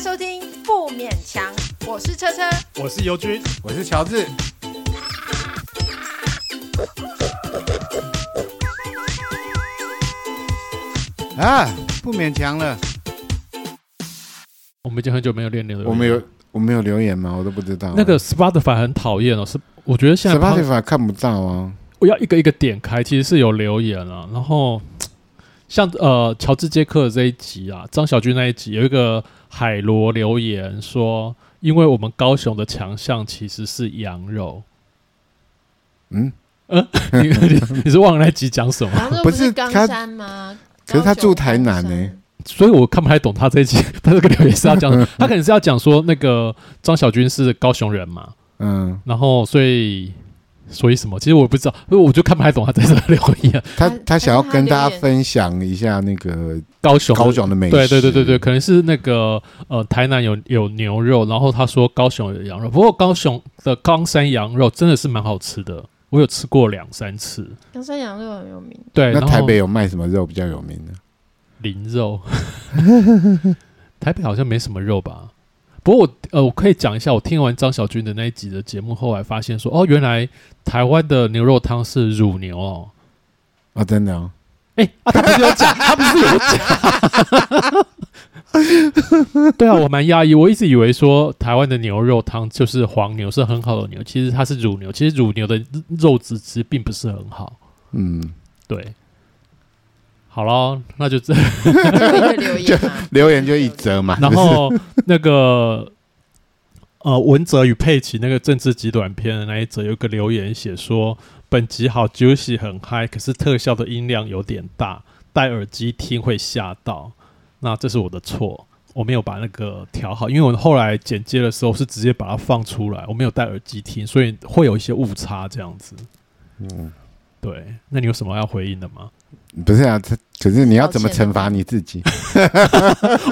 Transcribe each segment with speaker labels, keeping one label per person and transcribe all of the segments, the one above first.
Speaker 1: 收听《不勉强》，我是车车。
Speaker 2: 我是尤军，
Speaker 3: 我是乔治，啊，不勉强了。
Speaker 2: 我们已经很久没有练那个，
Speaker 3: 我们有我们有留言吗？我都不知道。
Speaker 2: 啊
Speaker 3: 啊
Speaker 2: 那个 Spotify 很讨厌哦，是我觉得现在 pod-
Speaker 3: Spotify 看不到啊。
Speaker 2: 我要一个一个点开，其实是有留言啊，然后像呃乔治杰克的这一集啊，张小军那一集有一个海螺留言说，因为我们高雄的强项其实是羊肉，
Speaker 3: 嗯，
Speaker 2: 你你你是忘了那集讲什么？
Speaker 1: 然后
Speaker 3: 不
Speaker 1: 是
Speaker 3: 是
Speaker 1: 冈
Speaker 3: 他
Speaker 1: 山吗？
Speaker 3: 可是他
Speaker 1: 高雄
Speaker 3: 住台南
Speaker 1: 冈山
Speaker 2: 所以我看不太懂他这一集，他这个留言是要讲什么，他可能是要讲说那个张小军是高雄人嘛，
Speaker 3: 嗯，
Speaker 2: 然后所以所以什么？其实我也不知道，因为我就看不太懂他在这留言。
Speaker 3: 他
Speaker 1: 还
Speaker 3: 他想要
Speaker 1: 还是他
Speaker 3: 跟大
Speaker 1: 留
Speaker 3: 家
Speaker 1: 言
Speaker 3: 分享一下那个
Speaker 2: 高雄，
Speaker 3: 高雄的美食。
Speaker 2: 对对对对对，，可能是那个呃，台南有有牛肉，然后他说高雄有羊肉，不过高雄的冈山羊肉真的是蛮好吃的，我有吃过两三次。
Speaker 1: 冈山羊肉很有名，
Speaker 2: 对，
Speaker 3: 那
Speaker 2: 然后
Speaker 3: 台北有卖什么肉比较有名的？
Speaker 2: 林肉， 台北好像没什么肉吧？不过我呃，我可以讲一下，我听完张小军的那一集的节目后来发现说，哦，原来台湾的牛肉汤是乳牛哦。
Speaker 3: 哦，真的哦。
Speaker 2: 哎、啊，他不是有讲，他不是有讲。对啊，我蛮讶异，我一直以为说台湾的牛肉汤就是黄牛是很好的牛，其实它是乳牛，其实乳牛的肉质其实并不是很好。
Speaker 3: 嗯，
Speaker 2: 对，好咯，那就这。
Speaker 1: 就一个留言嘛。
Speaker 3: 留言就一折嘛。
Speaker 2: 然后那个呃，文泽与佩奇那个政治极短篇的那一则有个留言写说，本集好 juicy 很嗨，可是特效的音量有点大，戴耳机听会吓到。那这是我的错，我没有把那个调好，因为我后来剪接的时候是直接把它放出来，我没有戴耳机听，所以会有一些误差这样子。
Speaker 3: 嗯，
Speaker 2: 对， 那你有什么要回应的吗？
Speaker 3: 不是啊，他可是你要怎么
Speaker 1: 抱歉
Speaker 3: 惩罚你自己？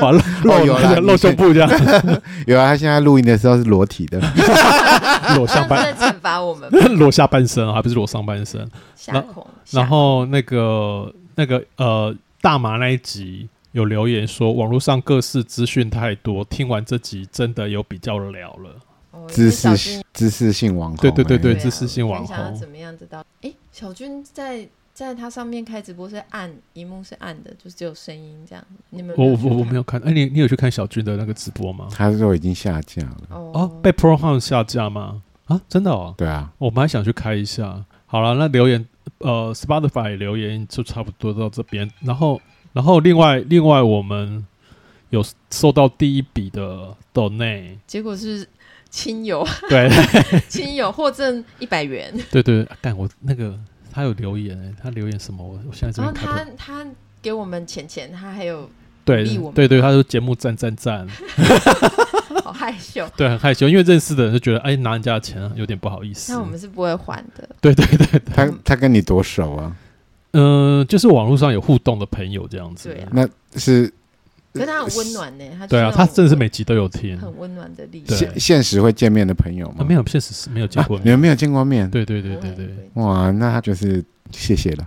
Speaker 2: 哇，露露
Speaker 3: 有啦
Speaker 2: 那个
Speaker 3: 你
Speaker 2: 露胸部这样，
Speaker 3: 有啊，他现在录音的时候是 裸体的。
Speaker 1: 他
Speaker 2: 裸上
Speaker 1: 是在
Speaker 2: 半
Speaker 1: 惩罚 我们
Speaker 2: 裸下半身 啊，还不是裸上半身。
Speaker 1: 下控。
Speaker 2: 然后那个那个呃，大麻那一集有留言说，网络上各式资讯太多，听完这集真的有比较聊了。
Speaker 3: 知
Speaker 1: 小啊
Speaker 3: 识
Speaker 1: 军，
Speaker 3: 知识性网红、
Speaker 2: 对对对对，
Speaker 3: 欸
Speaker 2: 知识性网
Speaker 1: 想要
Speaker 2: 红
Speaker 1: 怎。么样知道？哎，小军在在他上面开直播是暗，荧幕是暗的，就是只有声音这样。你们
Speaker 2: 我我我没
Speaker 1: 有
Speaker 2: 有看，哎，你你有去看小俊的那个直播吗？
Speaker 3: 他说已经下架了。
Speaker 1: 去看
Speaker 2: 哦，被 Pro h u n 下架吗？啊，真的哦，
Speaker 3: 对啊，
Speaker 2: 我们还想去开一下。好了，那留言呃，Spotify 留言就差不多到这边。然后然后另外另外我们有收到第一笔的 Donate，
Speaker 1: 结果是亲友，
Speaker 2: 对。
Speaker 1: 亲友获赠一百 元。
Speaker 2: 对对，对干我那个他有留言、欸，他留言什么？我我现在这
Speaker 1: 然后
Speaker 2: 边看不
Speaker 1: 哦他
Speaker 2: 到。
Speaker 1: 他给我们钱钱，他还有
Speaker 2: 对
Speaker 1: 立我们
Speaker 2: 对对，他说节目赞赞赞，
Speaker 1: 好害羞，
Speaker 2: 对，很害羞，因为认识的人就觉得哎拿人家的钱有点不好意思
Speaker 1: 但我。们是不会还的。
Speaker 2: 对对对，
Speaker 3: 他
Speaker 1: 嗯
Speaker 3: 他跟你多熟啊？
Speaker 2: 嗯、就是网络上有互动的朋友这样子
Speaker 1: 对。啊，
Speaker 3: 那是
Speaker 1: 可是他很温暖呢，他
Speaker 2: 对
Speaker 1: 就是
Speaker 2: 啊，
Speaker 1: 那
Speaker 2: 他
Speaker 1: 种
Speaker 2: 真的是每集都有听，
Speaker 1: 很温暖的例子
Speaker 2: 对。
Speaker 3: 现现实会见面的朋友吗？
Speaker 2: 啊没有，现实是没有见
Speaker 3: 啊
Speaker 2: 过
Speaker 3: 你
Speaker 2: 面。
Speaker 3: 们没有见过面？
Speaker 2: 对对对对对，
Speaker 3: 哇，那他就是谢谢了。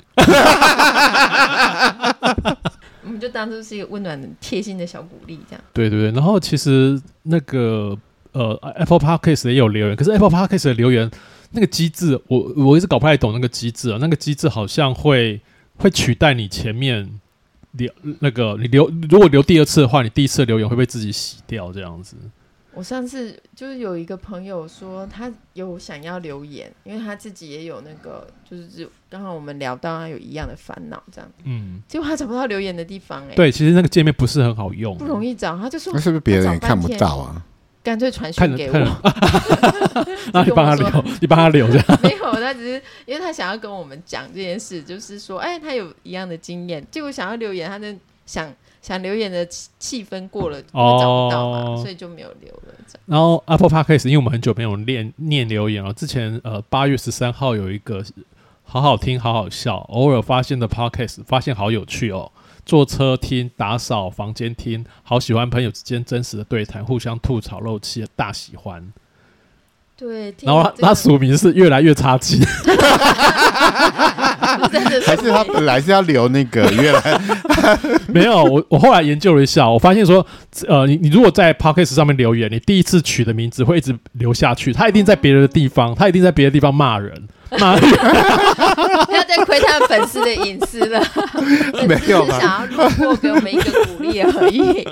Speaker 1: 我们就当做是一个温暖的、贴心的小鼓励，这样。
Speaker 2: 对对对。然后其实那个呃，Apple Podcast 也有留言，可是 Apple Podcast 的留言那个机制，我我一直搞不太懂那个机制啊。那个机制好像会会取代你前面留那个你留，如果留第二次的话，你第一次的留言会被自己洗掉这样子。
Speaker 1: 我上次就是有一个朋友说，他有想要留言，因为他自己也有那个，就是刚好我们聊到他有一样的烦恼，这样。
Speaker 2: 嗯，
Speaker 1: 结果他找不到留言的地方，哎，，
Speaker 2: 对，其实那个界面不是很好用，啊
Speaker 1: 不容。易找，他就说
Speaker 3: 那是不是别人也看不到啊？
Speaker 1: 干脆传
Speaker 2: 看
Speaker 1: 讯
Speaker 2: 了
Speaker 1: 给
Speaker 2: 看
Speaker 1: 我。
Speaker 2: 了， 然后你帮 他
Speaker 1: 跟我
Speaker 2: 留，你帮他留这样。
Speaker 1: 没有，他只是因为他想要跟我们讲这件事，就是说，哎，他有一样的经验，结果想要留言，他的想想留言的气气氛过了，会找不到嘛，
Speaker 2: 哦
Speaker 1: 所以就没有留了。这样
Speaker 2: 然后 Apple Podcast，因为我们很久没有念念留言了，之前呃八月十三号有一个好好听好好笑，偶尔发现的 Podcast，发现好有趣哦。坐车听、打扫房间听，好喜欢朋友之间真实的对谈，互相吐槽漏气，大喜欢。
Speaker 1: 对，听
Speaker 2: 然后
Speaker 1: 到
Speaker 2: 他
Speaker 1: 这个
Speaker 2: 他署名是越来越差劲，
Speaker 1: 不是真的
Speaker 3: 还是他本来是要留那个月兰，
Speaker 2: 没有，我我后来研究了一下，我发现说，呃，你你如果在 podcast 上面留言，你第一次取的名字会一直留下去，他一定在别的地方，他一定在别的地方骂人，骂人
Speaker 1: 不要再窥探粉丝的隐私 了，
Speaker 3: 没
Speaker 1: 只
Speaker 3: 有
Speaker 1: 是
Speaker 3: 吧
Speaker 1: 想要路过给我们一个鼓励而 已。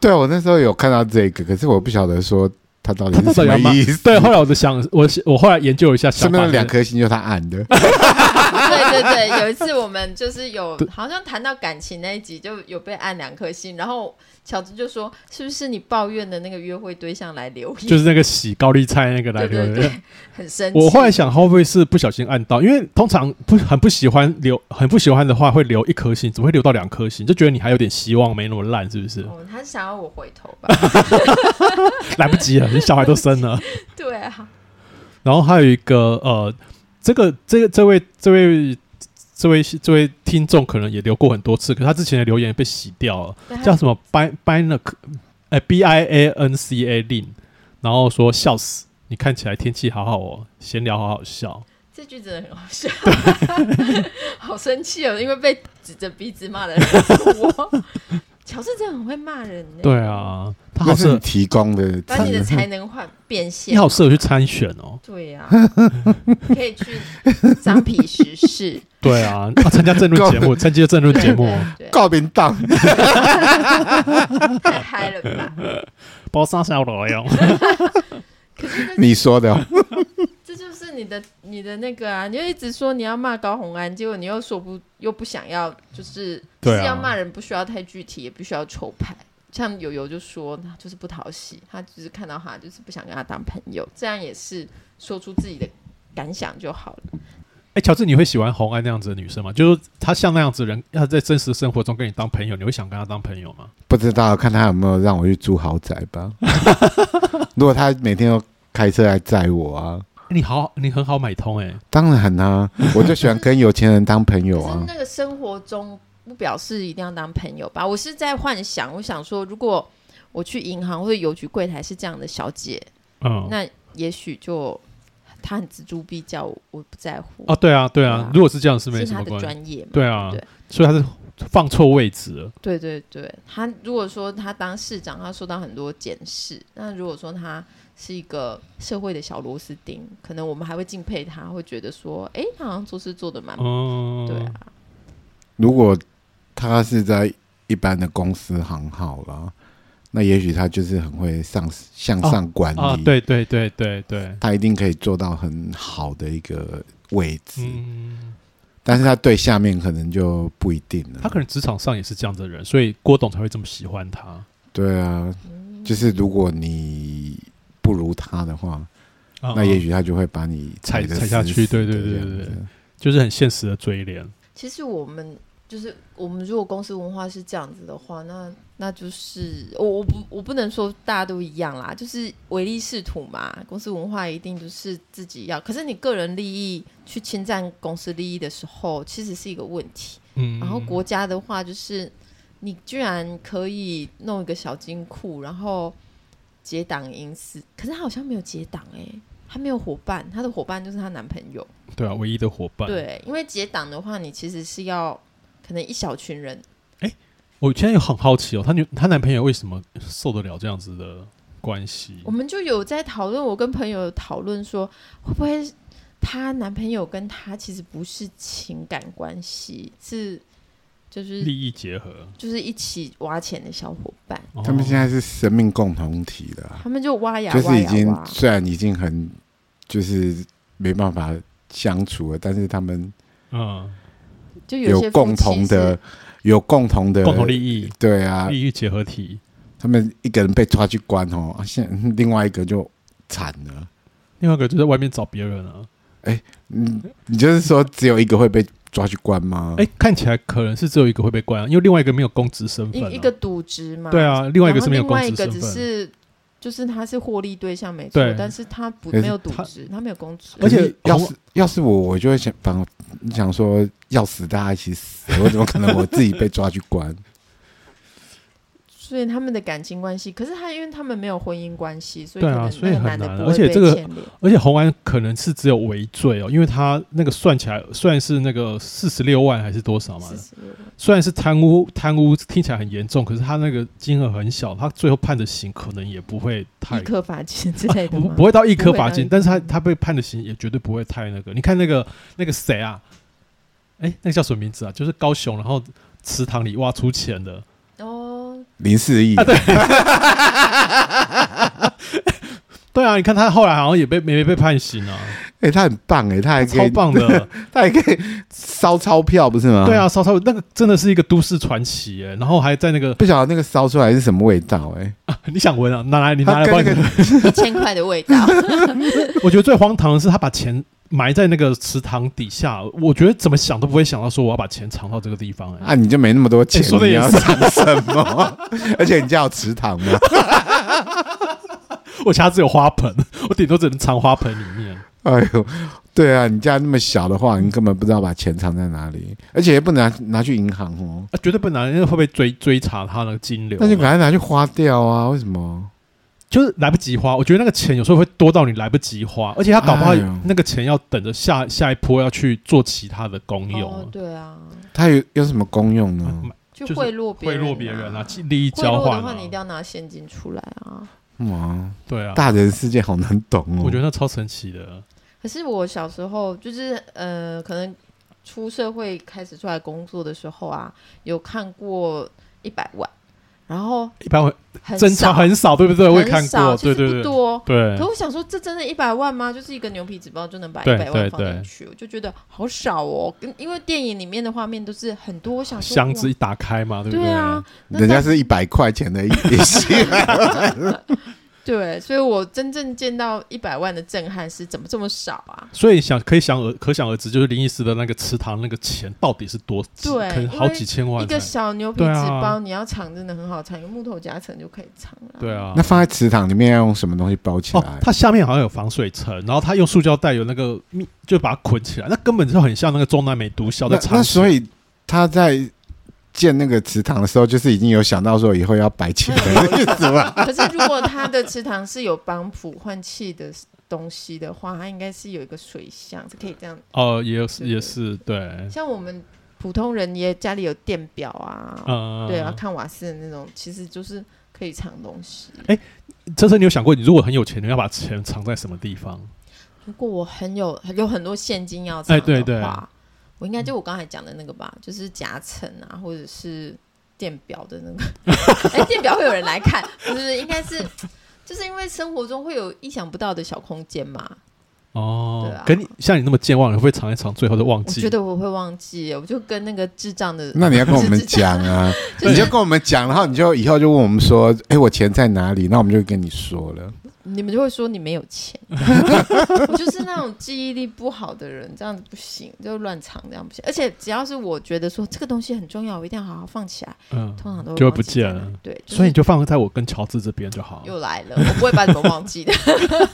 Speaker 3: 对我那时候有看到这个，可是我不晓得说他到底是什么意思。
Speaker 2: 对，后来我就想，我我后来研究了一下，
Speaker 3: 身
Speaker 2: 想
Speaker 3: 边
Speaker 2: 法
Speaker 3: 的
Speaker 2: 是
Speaker 3: 两颗星就是他按的，
Speaker 1: 对对对，有一次我们就是有
Speaker 2: 对
Speaker 1: 好像谈到感情那一集，就有被按两颗星，然后乔治就说：“是不是你抱怨的那个约会对象来留言？”
Speaker 2: 就是那个洗高丽菜那个来
Speaker 1: 对
Speaker 2: 留
Speaker 1: 对
Speaker 2: 言。
Speaker 1: 对，很生气。
Speaker 2: 我后来想，会不会是不小心按到？因为通常不很不喜欢留，很不喜欢的话会留一颗星，怎么会留到两颗星？就觉得你还有点希望，没那么烂，是 不是？
Speaker 1: 哦，他是想要我回头 吧？
Speaker 2: 来不及了，你小孩都生了。
Speaker 1: 对啊，
Speaker 2: 然后还有一个呃，这个这个这位这位这位这位听众可能也留过很多次，可是他之前的留言被洗掉了，
Speaker 1: 对他啊
Speaker 2: 叫什么 b i b i n a c 哎 b i a n c a lin，然后说笑死，你看起来天气好好哦，闲聊好好笑。
Speaker 1: 这句真的很好笑，好生气哦，因为被指着鼻子骂的人是我。乔治真的很会骂人呢。
Speaker 2: 对，啊，他
Speaker 3: 那
Speaker 2: 好
Speaker 3: 是
Speaker 2: 适
Speaker 3: 你提供的。
Speaker 1: 把你的才能换变
Speaker 2: 你
Speaker 1: 现。
Speaker 2: 好适合去参选 哦。
Speaker 1: 对呀、可以去张皮实事。
Speaker 2: 对啊，啊参加政论节目，参加政论节 目，哦
Speaker 1: 对，
Speaker 3: 告民党，
Speaker 1: 太嗨了吧？
Speaker 2: 包上小哦罗哟。
Speaker 1: 可是那
Speaker 3: 你说的哦，
Speaker 1: 这就是你的你的那个啊，你就一直说你要骂高红安，结果你又说不又不想要，就是
Speaker 2: 对啊
Speaker 1: 是要骂人不需要太具体，也不需要抽牌。像友友就说，他就是不讨喜，他只是看到他就是不想跟他当朋友，这样也是说出自己的感想就好了。
Speaker 2: 哎，乔治，你会喜欢红安那样子的女生吗？就是她像那样子的人，她在真实生活中跟你当朋友，你会想跟她当朋友吗？
Speaker 3: 不知道看他有没有让我去住豪宅吧。如果他每天都开车来载我啊，
Speaker 2: 你好，你很好买通哎、
Speaker 3: 当然啊，我就喜欢跟有钱人当朋友
Speaker 1: 可是
Speaker 3: 啊。
Speaker 1: 那个生活中不表示一定要当朋友吧？我是在幻想，我想说，如果我去银行或者邮局柜台是这样的小姐，
Speaker 2: 嗯，
Speaker 1: 那也许就她很锱铢必较，我我不在乎。
Speaker 2: 哦，对啊，对
Speaker 1: 对
Speaker 2: 啊
Speaker 1: 啊，
Speaker 2: 如果是这样是没
Speaker 1: 是
Speaker 2: 什
Speaker 1: 她
Speaker 2: 么
Speaker 1: 的
Speaker 2: 关系。
Speaker 1: 专业嘛？
Speaker 2: 对啊
Speaker 1: 对不，
Speaker 2: 所以她是放错位置了。
Speaker 1: 对对对，她如果说她当市长，她受到很多检视；那如果说她是一个社会的小螺丝钉，可能我们还会敬佩她，会觉得说，哎，她好像做事做得蛮……
Speaker 2: 嗯，
Speaker 1: 对啊，
Speaker 3: 如果他是在一般的公司行号啦，那也许他就是很会上向上管理，
Speaker 2: 啊，对对对对对，
Speaker 3: 他一定可以做到很好的一个位置，
Speaker 2: 嗯，
Speaker 3: 但是他对下面可能就不一定了
Speaker 2: 她。可能职场上也是这样子的人，所以郭董才会这么喜欢她。
Speaker 3: 对啊，
Speaker 1: 嗯
Speaker 3: 就是如果你不如他的话，
Speaker 2: 嗯
Speaker 3: 那也
Speaker 2: 嗯
Speaker 3: 许他就会把你
Speaker 2: 踩
Speaker 3: 得
Speaker 2: 踩下
Speaker 3: 死
Speaker 2: 去
Speaker 3: 死
Speaker 2: 对
Speaker 3: 的
Speaker 2: 对对
Speaker 3: 这样
Speaker 2: 对
Speaker 3: 子
Speaker 2: 就是很现实的追怜。
Speaker 1: 其实我们就是我们，如果公司文化是这样子的话，那那就是我我不我不能说大家都一样啦，就是唯利是图嘛。公司文化一定就是自己要，可是你个人利益去侵占公司利益的时候，其实是一个问题。
Speaker 2: 嗯，
Speaker 1: 然后国家的话，就是你居然可以弄一个小金库，然后结党营私，可是他好像没有结党哎、他没有伙伴，他的伙伴就是她男朋友。
Speaker 2: 对啊，唯一的伙伴。
Speaker 1: 对，因为结党的话，你其实是要可能一小群人，
Speaker 2: 我现在也很好奇哦，她女她男朋友为什么受得了这样子的关系
Speaker 1: 我？们就有在讨论，我跟朋友讨论说，会不会她男朋友跟她其实不是情感关系，是就是
Speaker 2: 利益结合，
Speaker 1: 就是一起挖钱的小伙伴，
Speaker 2: 哦
Speaker 3: 他们现在是生命共同体的啊、
Speaker 1: 他们就挖呀
Speaker 3: 就是
Speaker 1: 挖
Speaker 3: 已
Speaker 1: 呀
Speaker 3: 经
Speaker 1: 挖，
Speaker 3: 虽然已经很就是没办法相处了，但是他们
Speaker 2: 嗯，
Speaker 1: 就
Speaker 3: 有
Speaker 1: 些夫
Speaker 3: 共
Speaker 1: 妻
Speaker 3: 同的
Speaker 1: 是，
Speaker 3: 有共同的
Speaker 2: 共同利益，
Speaker 3: 对啊，
Speaker 2: 利益结合体。
Speaker 3: 他们一个人被抓去关哦，啊现在 另外一个就惨了。
Speaker 2: 另外一个就在外面找别人啊，
Speaker 3: 嗯，你就是说只有一个会被抓去关吗？
Speaker 2: 哎、看起来可能是只有一个会被关、啊，因为另外一个没有公职身份、啊。
Speaker 1: 一一个渎职嘛，
Speaker 2: 对，啊，另外一个是没有
Speaker 1: 另
Speaker 2: 公
Speaker 1: 外一
Speaker 2: 职
Speaker 1: 个只
Speaker 2: 身份，
Speaker 1: 是。就是他是获利对象没错
Speaker 2: 对，
Speaker 1: 但是他不
Speaker 3: 可是
Speaker 1: 没有
Speaker 2: 他
Speaker 1: 渎职，他没有公职，
Speaker 2: 而且
Speaker 3: 可是要
Speaker 2: 红
Speaker 3: 是要是我，我就会想反想说要死大家一起死，我怎么可能我自己被抓去关？
Speaker 1: 所以他们的感情关系，可是他因为他们没有婚姻关系，所以
Speaker 2: 对
Speaker 1: 可
Speaker 2: 啊
Speaker 1: 能
Speaker 2: 所
Speaker 1: 那
Speaker 2: 以
Speaker 1: 个
Speaker 2: 很
Speaker 1: 男的
Speaker 2: 难
Speaker 1: 不
Speaker 2: 啊
Speaker 1: 会
Speaker 2: 而且
Speaker 1: 被
Speaker 2: 这个
Speaker 1: 牵连
Speaker 2: 而且红安可能是只有违罪哦，因为他那个算起来虽然是那个四十六万还是多少嘛，
Speaker 1: 是是是
Speaker 2: 虽然是贪污，贪污听起来很严重，可是他那个金额很小，他最后判的刑可能也不会太
Speaker 1: 一颗罚金之类的
Speaker 2: 不
Speaker 1: 吗？
Speaker 2: 不会到一颗嗯罚金，
Speaker 1: 不
Speaker 2: 但
Speaker 1: 会到一颗
Speaker 2: 是他他被判的刑也绝对不会太那个。你看那个那个谁啊，哎、那个叫什么名字啊？就是高雄，然后池塘里挖出钱的，
Speaker 1: 哦，
Speaker 3: 林世
Speaker 2: 啊
Speaker 3: 义，
Speaker 2: 对啊，你看他后来好像也被没没被判刑啊，
Speaker 3: 哎，他很棒哎，他还可
Speaker 2: 超
Speaker 3: 以，
Speaker 2: 棒的，
Speaker 3: 他还可以烧钞票，不是吗？
Speaker 2: 对啊，，稍稍那个真的是一个都市传奇哎，然后还在那个
Speaker 3: 不晓得那个烧出来是什么味道哎。
Speaker 2: 你想闻啊，拿来你拿来
Speaker 3: 他
Speaker 2: 帮
Speaker 3: 跟
Speaker 2: 你
Speaker 3: 那个
Speaker 1: 一千块的味 道，
Speaker 2: 我觉得最荒唐的是他把钱埋在那个池塘底下，我觉得怎么想都不会想到说我要把钱藏到这个地方、哎、
Speaker 3: 啊，你就没那么多钱，
Speaker 2: 哎说得
Speaker 3: 你
Speaker 2: 也
Speaker 3: 要
Speaker 2: 是
Speaker 3: 藏什么？ 而且你家有池塘吗？
Speaker 2: 我家只有花盆， 我顶多只能藏花盆里面。啊
Speaker 3: 哎呦，对啊，你家那么小的话，你根本不知道把钱藏在哪里，而且也不能拿拿去银行哦，
Speaker 2: 啊，绝对不能，因为会被追追查他那个金流嘛，啊
Speaker 3: 那就赶快拿去花掉啊！为什么？
Speaker 2: 就是来不及花。我觉得那个钱有时候会多到你来不及花，而且他搞不好
Speaker 3: 哎呦
Speaker 2: 那个钱要等着下下一波要去做其他的功用
Speaker 1: 哦
Speaker 2: 啊，
Speaker 1: 对啊，
Speaker 3: 它有有什么功用呢？
Speaker 1: 就
Speaker 2: 就是
Speaker 1: 贿赂
Speaker 2: 贿赂别人
Speaker 1: 嗯人
Speaker 2: 啊，利益
Speaker 1: 贿赂
Speaker 2: 交换
Speaker 1: 的话，
Speaker 2: 啊，
Speaker 1: 你一定要拿现金出来啊。
Speaker 3: 哇，
Speaker 2: 对啊，
Speaker 3: 大人世界好难懂哦！
Speaker 2: 我觉得那超神奇的。
Speaker 1: 可是我小时候就是呃，可能出社会开始出来工作的时候啊，有看过一百万，然后
Speaker 2: 一般会
Speaker 1: 很
Speaker 2: 争吵
Speaker 1: 少，
Speaker 2: 很少，对不对？我也看
Speaker 1: 少
Speaker 2: 过，
Speaker 1: 就
Speaker 2: 对
Speaker 1: 是
Speaker 2: 对
Speaker 1: 不
Speaker 2: 对
Speaker 1: 多。
Speaker 2: 对
Speaker 1: 可。我想说，这真的一百万吗？就是一个牛皮纸包就能把
Speaker 2: 对
Speaker 1: 一百万
Speaker 2: 对
Speaker 1: 放
Speaker 2: 对
Speaker 1: 进去，我就觉得好少哦。跟因为电影里面的画面都是很多，我想说
Speaker 2: 箱子
Speaker 1: 哇
Speaker 2: 一打开嘛，对不
Speaker 1: 对啊，那
Speaker 3: 人家
Speaker 1: 但
Speaker 3: 是一百块钱的一 一些，
Speaker 1: 对，所以我真正见到一百万的震撼是怎么这么少啊？
Speaker 2: 所以想可以想而可想而知，就是林医师的那个池塘那个钱到底是多几，
Speaker 1: 对
Speaker 2: 可能好几千
Speaker 1: 一
Speaker 2: 万才
Speaker 1: 个。小牛皮
Speaker 2: 对
Speaker 1: 纸
Speaker 2: 啊
Speaker 1: 包，你要藏真的很好藏，用木头夹层就可以藏了。
Speaker 2: 对啊
Speaker 3: 那，放在池塘里面要用什么东西包起
Speaker 2: 哦
Speaker 3: 来，？
Speaker 2: 它下面好像有防水层，然后它用塑胶带有那个密，就把它捆起来，那根本就很像那个中南美毒枭
Speaker 3: 那
Speaker 2: 的场
Speaker 3: 那
Speaker 2: 景
Speaker 3: 所以他在建那个池塘的时候，就是已经有想到说以后要摆 起来的意思吧？
Speaker 1: 可是如果它的池塘是有帮浦换气的东西的话，它应该是有一个水箱，是可以这样。
Speaker 2: 哦，也
Speaker 1: 对
Speaker 2: 是
Speaker 1: 对
Speaker 2: 也是 对，
Speaker 1: 像我们普通人也家里有电表啊，
Speaker 2: 嗯，
Speaker 1: 对啊，看瓦斯的那种，其实就是可以藏东西。
Speaker 2: 车车，你有想过，你如果很有钱，你要把钱藏在什么地方？
Speaker 1: 如果我很有有很多现金要藏
Speaker 2: 哎对
Speaker 1: 的
Speaker 2: 对
Speaker 1: 话，我应该就我刚才讲的那个吧，就是夹层啊，或者是电表的那个。 哎、电表会有人来看，不是？应该是就是因为生活中会有意想不到的小空间嘛。
Speaker 2: 哦
Speaker 1: 对，啊
Speaker 2: 跟你像你那么健忘，你会不会藏一藏，最后就忘
Speaker 1: 我
Speaker 2: 记？
Speaker 1: 觉得我会忘记，我就跟那个智障 的，
Speaker 3: 那你要跟我们讲啊，
Speaker 1: 就是
Speaker 3: 你就跟我们讲，然后你就以后就问我们说，哎、我钱在哪里？那我们就跟你说了。
Speaker 1: 你们就会说你没有 钱。我就是那种记忆力不好的人，这样子不行，就乱藏这样不行。而且只要是我觉得说这个东西很重要，我一定要好好放起来，
Speaker 2: 嗯，
Speaker 1: 通常都
Speaker 2: 就会
Speaker 1: 忘
Speaker 2: 不
Speaker 1: 记
Speaker 2: 见
Speaker 1: 在哪
Speaker 2: 了
Speaker 1: 里。对，就
Speaker 2: 所以
Speaker 1: 是
Speaker 2: 你就放在我跟乔治这边就好。
Speaker 1: 又来了，我不会把你们忘记的。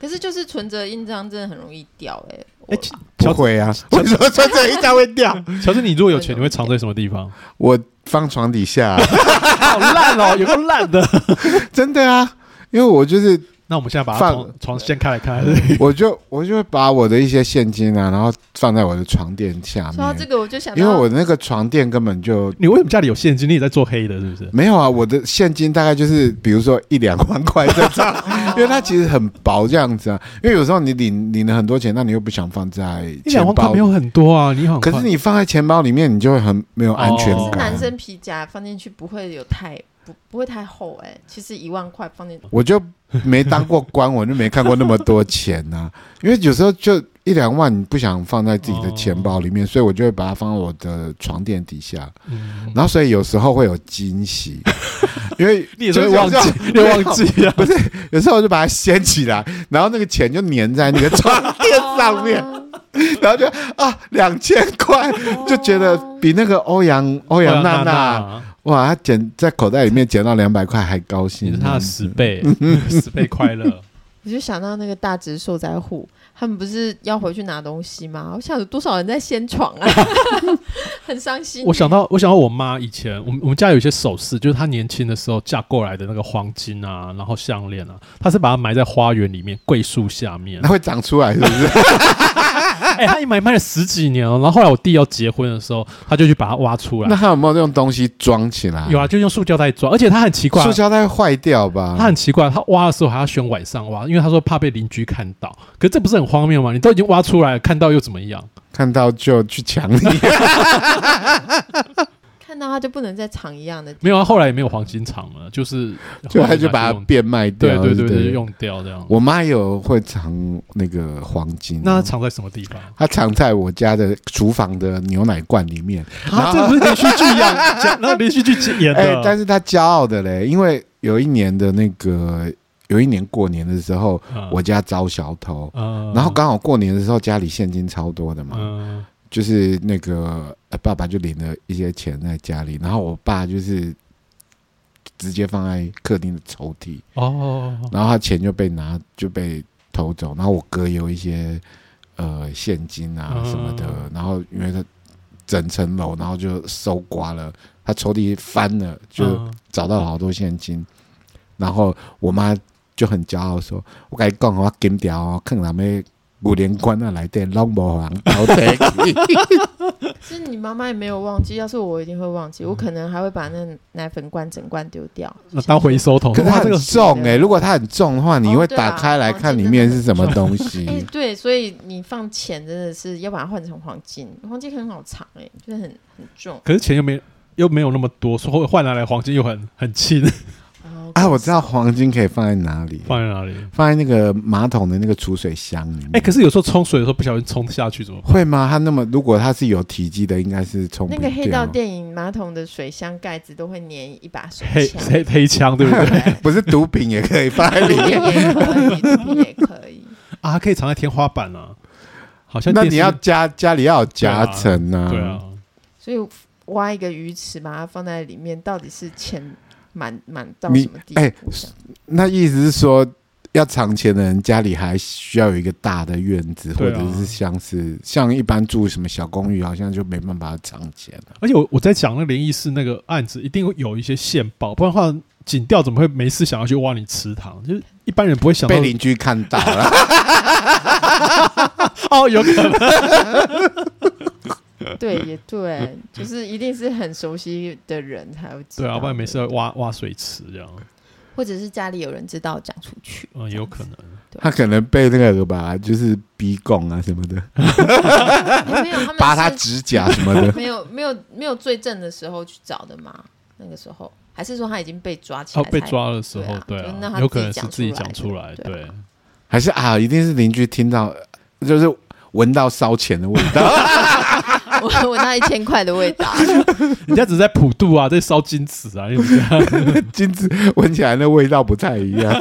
Speaker 1: 可是就是存折印章真的很容易掉哎、我
Speaker 2: 哎，乔
Speaker 3: 不会啊，我说说这一张会掉，
Speaker 2: 乔治，你如果有钱，你会藏在什么地 方？
Speaker 3: 我放床底下，啊
Speaker 2: 好烂哦，有个烂的。
Speaker 3: 真的啊，因为我就是，
Speaker 2: 那我们现在把它
Speaker 3: 放
Speaker 2: 床床掀开来看，
Speaker 3: 我就我就会把我的一些现金啊，然后放在我的床垫下
Speaker 1: 说到这
Speaker 3: 面，
Speaker 1: 个我就想到，
Speaker 3: 因为我的那个床垫根本就
Speaker 2: 你为什么家里有现金？你也在做黑的，是不是？
Speaker 3: 没有啊，我的现金大概就是比如说一两万块这 种，因为它其实很薄这样子啊，因为有时候你领领了很多钱，那你又不想放在
Speaker 2: 一两
Speaker 3: 钱
Speaker 2: 万块
Speaker 3: 包
Speaker 2: 没，有很多啊，你很
Speaker 3: 可
Speaker 2: 快
Speaker 3: 是你放在钱包里面，你就会很没有安全
Speaker 1: 可
Speaker 2: 哦
Speaker 1: 是
Speaker 3: 感
Speaker 1: 男。生皮夹放进去不会有太不不会太厚哎、其实一万块放进
Speaker 3: 我就没当过官，我就没看过那么多钱 呐、因为有时候就一两万，你不想放在自己的钱包里面，所以我就会把它放到我的床垫底下。
Speaker 2: 哦嗯
Speaker 3: 然后，所以有时候会有 惊喜，因为
Speaker 2: 你也是会
Speaker 3: 就是
Speaker 2: 忘
Speaker 3: 有时候
Speaker 2: 记，你会忘记啊。
Speaker 3: 有时候我就把它掀起来，然后那个钱就粘在那个床垫上面，
Speaker 2: 哦
Speaker 3: 然后就啊两千块，就觉得比那个欧阳欧
Speaker 2: 啊
Speaker 3: 阳娜娜哇，她捡在口袋里面捡到两百块还高
Speaker 2: 你
Speaker 3: 兴，
Speaker 2: 是他的十倍，十倍快乐。
Speaker 1: 我就想到那个大直受灾户，他们不是要回去拿东西吗？我想有多少人在掀床啊， 很伤心。欸
Speaker 2: 我想到，我想到我妈以前，我们我们家有一些首饰，就是她年轻的时候嫁过来的那个黄金啊，然后项链啊，她是把它埋在花园里面桂树下面
Speaker 3: 那。会长出来是不是？
Speaker 2: 哎、她一埋埋了十几年哦。然后后来我弟要结婚的时候，她就去把它挖出
Speaker 3: 那
Speaker 2: 来。
Speaker 3: 他有没有用东西装起来？
Speaker 2: 有啊，就用塑胶袋装，而且她很奇怪
Speaker 3: 塑，胶嗯袋会坏掉吧？
Speaker 2: 她很奇怪，她挖的时候还要选晚上挖，因为她说怕被邻居看到。可是这不是很荒谬吗？你都已经挖出来了，看到又怎么样？
Speaker 3: 看到就去 抢你。
Speaker 1: 看到他就不能再藏一样的地
Speaker 2: 没有啊，后来也没有黄金厂了，就是
Speaker 3: 就
Speaker 2: 后
Speaker 3: 他
Speaker 2: 来
Speaker 3: 就把它
Speaker 2: 用
Speaker 3: 变卖
Speaker 2: 对
Speaker 3: 掉，
Speaker 2: 对对
Speaker 3: 对
Speaker 2: 对用掉这样。
Speaker 3: 我妈有会藏那个黄金，
Speaker 2: 那它藏在什么地方？
Speaker 3: 她藏在我家的厨房的牛奶罐里面。
Speaker 2: 啊，这不是连续剧一样，讲那连续剧演
Speaker 3: 哎、
Speaker 2: 的，
Speaker 3: 但是她骄傲的嘞，因为有一年的那个，有一年过年的时候，
Speaker 2: 嗯
Speaker 3: 我家遭小偷，
Speaker 2: 嗯
Speaker 3: 然后刚好过年的时候家里现金超多的嘛，
Speaker 2: 嗯
Speaker 3: 就是那个、呃爸爸就领了一些钱在家里，然后我爸就是直接放在客厅的抽屉，
Speaker 2: 哦，
Speaker 3: 然后他钱就被拿就被偷走，然后我哥有一些呃现金啊
Speaker 2: 嗯
Speaker 3: 什么的，然后因为他整层楼，然后就搜刮了，他抽屉翻了，就
Speaker 2: 嗯
Speaker 3: 找到了好多现金，然后我妈就很骄傲说：“我跟你讲，我金条哦，看他们五连冠啊来的，拢无人偷得起。
Speaker 1: 是你妈妈也没有忘记，要是我一定会忘记，我可能还会把那奶粉罐整罐丢掉。
Speaker 2: 嗯那当回收桶，
Speaker 3: 可是
Speaker 2: 哦哇这
Speaker 3: 它很
Speaker 2: 个
Speaker 3: 重哎、如果它很重的话，你
Speaker 1: 哦
Speaker 3: 会
Speaker 1: 对啊
Speaker 3: 打开来
Speaker 1: 黄金
Speaker 3: 看里
Speaker 1: 真的
Speaker 3: 面
Speaker 1: 很
Speaker 3: 是什么 东西。
Speaker 1: 哎、对，所以你放钱真的是要把它换成黄金，黄金很好藏哎、就是很很重。
Speaker 2: 可是钱又没又没有那么多，所以换来的黄金又很很轻，
Speaker 1: 哦
Speaker 3: 啊，我知道黄金可以放在哪里，
Speaker 2: 放在哪里？
Speaker 3: 放在那个马桶的那个储水箱里面。
Speaker 2: 哎，可是有时候冲水的时候不小心冲下去怎么办？
Speaker 3: 会吗？它那么，如果它是有体积的，应该是冲不
Speaker 1: 那
Speaker 3: 掉。
Speaker 1: 个黑道电影马桶的水箱盖子都会粘一把水
Speaker 2: 黑
Speaker 1: 枪，
Speaker 2: 黑黑枪对不 对？
Speaker 1: 对
Speaker 3: 不是毒品也可以放在里
Speaker 1: 毒
Speaker 3: 面。
Speaker 1: 品也可以，毒品也可以。
Speaker 2: 啊，它可以藏在天花板啊，好 像
Speaker 3: 那
Speaker 2: 电视
Speaker 3: 你要家家里要有夹层啊。
Speaker 2: 对啊，
Speaker 1: 所以挖一个鱼池，把它放在里面，到底是钱满满到
Speaker 3: 你
Speaker 1: 什么地步？
Speaker 3: 哎
Speaker 1: 我想
Speaker 3: 那意思是说，要藏钱的人家里还需要有一个大的院子，或
Speaker 2: 对啊
Speaker 3: 者是像是像一般住什么小公寓，好像就没办法藏钱了。
Speaker 2: 而且我我在讲那个灵异室那个案子，一定会有一些线报，不然的话，警调怎么会没事想要去挖你池塘？就是一般人不会想到
Speaker 3: 被邻居看到了，
Speaker 2: 哦，有可能
Speaker 1: 对，也对， 就是一定是很熟悉的人才会知道。
Speaker 2: 对啊，不然没事要挖挖水池这样，
Speaker 1: 或者是家里有人知道讲出 去，
Speaker 2: 嗯，也有可能。
Speaker 3: 他可能被那个吧，就是逼供啊什么的，
Speaker 1: 哎没有他们
Speaker 3: 拔他
Speaker 1: 是。
Speaker 3: 指甲什么的
Speaker 1: 没有没有没有罪证的时候去找的吗？那个时候还是说他已经被抓起
Speaker 2: 哦
Speaker 1: 来，
Speaker 2: 被
Speaker 1: 才
Speaker 2: 抓的时候，
Speaker 1: 对
Speaker 2: 对
Speaker 1: 啊就让
Speaker 2: 啊，
Speaker 1: 他
Speaker 2: 有可能
Speaker 1: 自己
Speaker 2: 是
Speaker 1: 讲
Speaker 2: 自己
Speaker 1: 出来
Speaker 2: 讲出来，
Speaker 1: 对
Speaker 2: 对。
Speaker 3: 还是啊，一定是邻居听到，就是闻到烧钱的味道。 啊
Speaker 1: 啊我我那一千块的味道，
Speaker 2: 人家只是在普渡啊，在烧金纸啊，你们这样
Speaker 3: 金子闻起来那味道不太一样，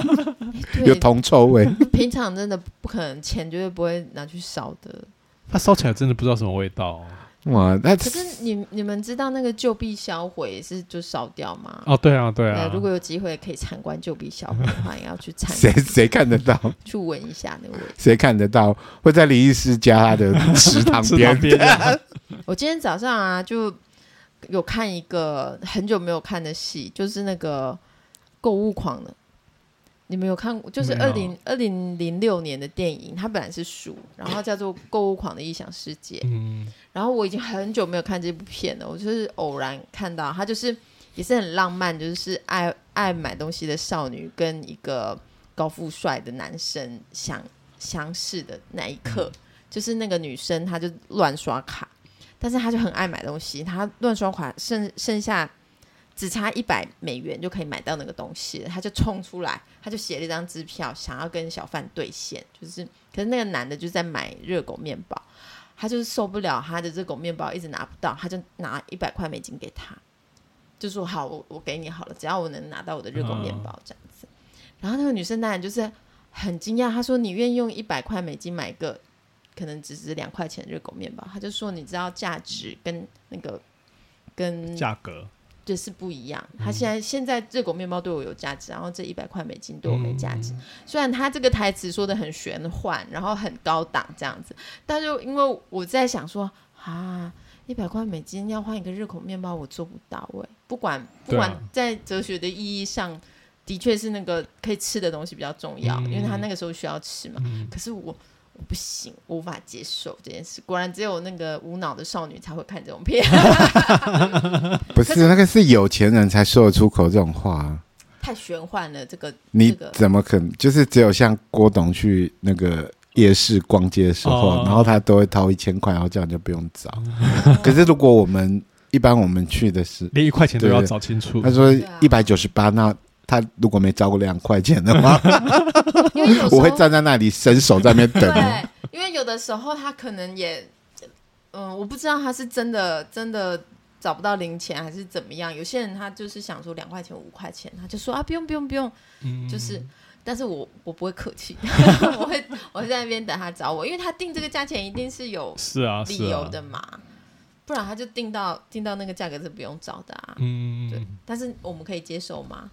Speaker 3: 有
Speaker 1: 对，
Speaker 3: 铜臭 味。
Speaker 1: 平常真的不可能，钱绝对不会拿去烧的。
Speaker 2: 它烧起来真的不知道什么味道哦。
Speaker 3: 哇，那
Speaker 1: 可是你你们知道那个旧壁销毁是就烧掉吗？
Speaker 2: 哦，对啊，对啊，
Speaker 1: 如果有机会可以参观旧壁销毁的话，也要去参
Speaker 3: 谁谁看得到？
Speaker 1: 去闻一下那个味道。
Speaker 3: 谁看得到？会在李医师家他的池 塘
Speaker 2: 吃
Speaker 3: 边
Speaker 2: 旁。边的
Speaker 1: 我今天早上啊，就有看一个很久没有看的戏，就是那个《购物狂》的。你们有看过？就是
Speaker 2: 没
Speaker 1: 二
Speaker 2: 有
Speaker 1: 零二零零六年的电影，它本来是书，然后叫做《购物狂的异想世界》。
Speaker 2: 嗯，
Speaker 1: 然后我已经很久没有看这部片了，我就是偶然看到，它就是也是很浪漫，就是爱爱买东西的少女跟一个高富帅的男生相相识的那一刻，就是那个女生她就乱刷卡，但是她就很爱买东西，她乱刷卡剩剩下。只差一百美元就可以买到那个东西了，她就冲出来，她就写了一张支票，想要跟小贩兑现，就是，可是那个男的就在买热狗面包，他就是受不了他的这狗面包一直拿不到，他就拿一百块美金给他，就说好，我我给你好了，只要我能拿到我的热狗面包这样子。然后那个女生当然就是很惊讶，她说你愿意用一百块美金买个可能只值两块钱的热狗面包？她就说你知道价值跟那个跟
Speaker 2: 价格
Speaker 1: 对，是不一样。
Speaker 2: 嗯
Speaker 1: 他现在、现在热狗面包对我有价值，然后这一百块美金对我没价值。
Speaker 2: 嗯
Speaker 1: 虽然他这个台词说的很玄幻，然后很高档这样子，但是因为我在想说啊，一百块美金要换一个热狗面包，我做不到哎、不管不
Speaker 2: 对啊
Speaker 1: 管在哲学的意义上，的确是那个可以吃的东西比较重要，
Speaker 2: 嗯
Speaker 1: 因为他那个时候需要吃嘛。
Speaker 2: 嗯
Speaker 1: 可是我。我不行，我无法接受这件事。果然只有那个无脑的少女才会看这种片，
Speaker 3: 不是那个是有钱人才说得出口这种话啊、
Speaker 1: 太玄幻了。这个
Speaker 3: 你
Speaker 1: 这个
Speaker 3: 怎么可能？就是只有像郭董去那个夜市逛街的时候，
Speaker 2: 哦
Speaker 3: 然后他都会掏一千块，然后这样就不用 找。可是如果我们一般我们去的是，
Speaker 2: 连一块钱都要找清楚
Speaker 3: 他。说
Speaker 1: 对啊
Speaker 3: 一百九十八，那他如果没超过两块钱的 话，
Speaker 1: 因为有时
Speaker 3: 我会
Speaker 1: 候
Speaker 3: 站在那里伸手在那边等哦。
Speaker 1: 对，因为有的时候他可能也，嗯，我不知道他是真的真的找不到零钱还是怎么样。有些人他就是想说两块钱五块钱，他就说啊不用不用不用，
Speaker 2: 嗯
Speaker 1: 就是。但是我我不会客 气，我会我会在那边等他找我，因为他定这个价钱一定是有
Speaker 2: 是啊，
Speaker 1: 理
Speaker 2: 是
Speaker 1: 由
Speaker 2: 啊，
Speaker 1: 的嘛，不然他就定到定到那个价格是不用找的啊。对
Speaker 2: 嗯，，
Speaker 1: 但是我们可以接受吗？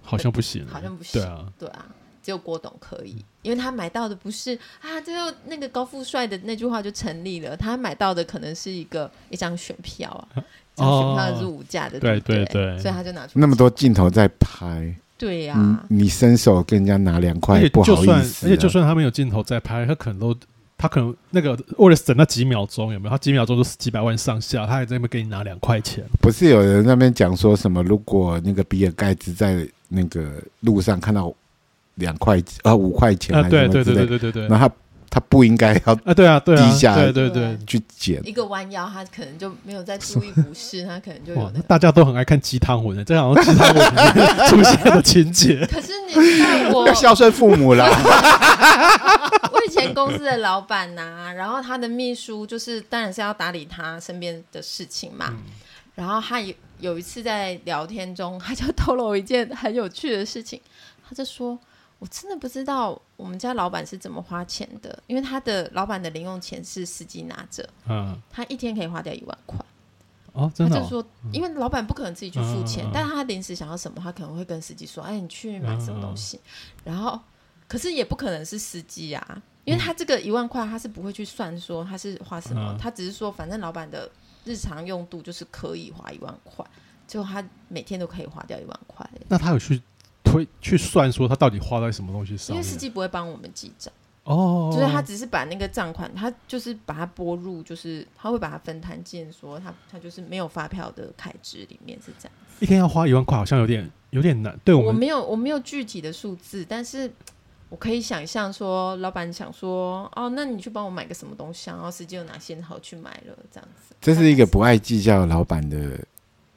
Speaker 2: 好像不行，
Speaker 1: 好像不行
Speaker 2: 对啊，
Speaker 1: 对啊，只有郭董可以，因为他买到的不是啊，最后那个高富帅的那句话就成立了，他买到的可能是一个一张选票啊，一张选票入伍价的，
Speaker 2: 对
Speaker 1: 不对
Speaker 2: 对对
Speaker 1: 所以他就拿出
Speaker 3: 那么，多镜头在拍，
Speaker 1: 对啊呀、
Speaker 3: 嗯，你伸手跟人家拿两
Speaker 2: 而
Speaker 3: 块
Speaker 2: 且，
Speaker 3: 不
Speaker 2: 就
Speaker 3: 好意
Speaker 2: 算，
Speaker 3: 思
Speaker 2: 而
Speaker 3: 啊。
Speaker 2: 且就算他们有镜头在拍，他可能都，他可能那个为了省那几秒钟，有没有？他几秒钟都是几百万上下，他还在那边给你拿两块钱，
Speaker 3: 不是有人在那边讲说什么，如果那个比尔盖茨在那个路上看到两块啊五块钱
Speaker 2: 啊，
Speaker 3: 还是
Speaker 2: 对
Speaker 3: 什么
Speaker 2: 对
Speaker 3: 之
Speaker 2: 对
Speaker 3: 类
Speaker 2: 对
Speaker 3: 的，
Speaker 2: 对对对，
Speaker 3: 然后他他不应该要
Speaker 2: 啊，对啊，对啊，
Speaker 3: 低下
Speaker 2: 对对对，
Speaker 3: 去 捡。
Speaker 1: 一个弯腰，他可能就没有在注意不适，他可能就有
Speaker 2: 哇
Speaker 1: 那，个。
Speaker 2: 大家都很爱看鸡汤文的，这好像鸡汤文里面出现的 情节。
Speaker 1: 可是你知道我
Speaker 3: 要孝顺父母啦，
Speaker 1: 我以前公司的老板呐、然后他的秘书就是当然是要打理他身边的事情嘛。然后他有有一次在聊天中，他就透露一件很有趣的事情，他就说：“我真的不知道我们家老板是怎么花钱的，因为他的老板的零用钱是司机拿着，
Speaker 2: 嗯，
Speaker 1: 他一天可以花掉一万块。”
Speaker 2: 哦，真的
Speaker 1: 他就
Speaker 2: 哦，
Speaker 1: 说，因为老板不可能自己去付钱，
Speaker 2: 嗯嗯嗯
Speaker 1: 但他临时想要什么，他可能会跟司机说：“哎，你去买什么东
Speaker 2: 嗯
Speaker 1: 西。然后，可是也不可能是司机啊，因为他这个一万块，他是不会去算说他是花什么，
Speaker 2: 嗯
Speaker 1: 他只是说反正老板的日常用度就是可以花一万块，结果他每天都可以花掉一万块，
Speaker 2: 那他有去推去算说他到底花在什么东西
Speaker 1: 因
Speaker 2: 上
Speaker 1: 为
Speaker 2: 面？
Speaker 1: 司机不会帮我们记账。
Speaker 2: 哦，
Speaker 1: 就是他只是把那个账款，他就是把它拨入，就是他会把它分摊进，说他他就是没有发票的开支里面是这样。
Speaker 2: 一天要花一万块，好像有点有点难。对
Speaker 1: 我
Speaker 2: 们
Speaker 1: 没有我没有具体的数字，但是我可以想象说，老板想说，哦，那你去帮我买个什么东西、啊，然后司机有哪些，然后去买了这样子。
Speaker 3: 这是一个不爱计较的老板的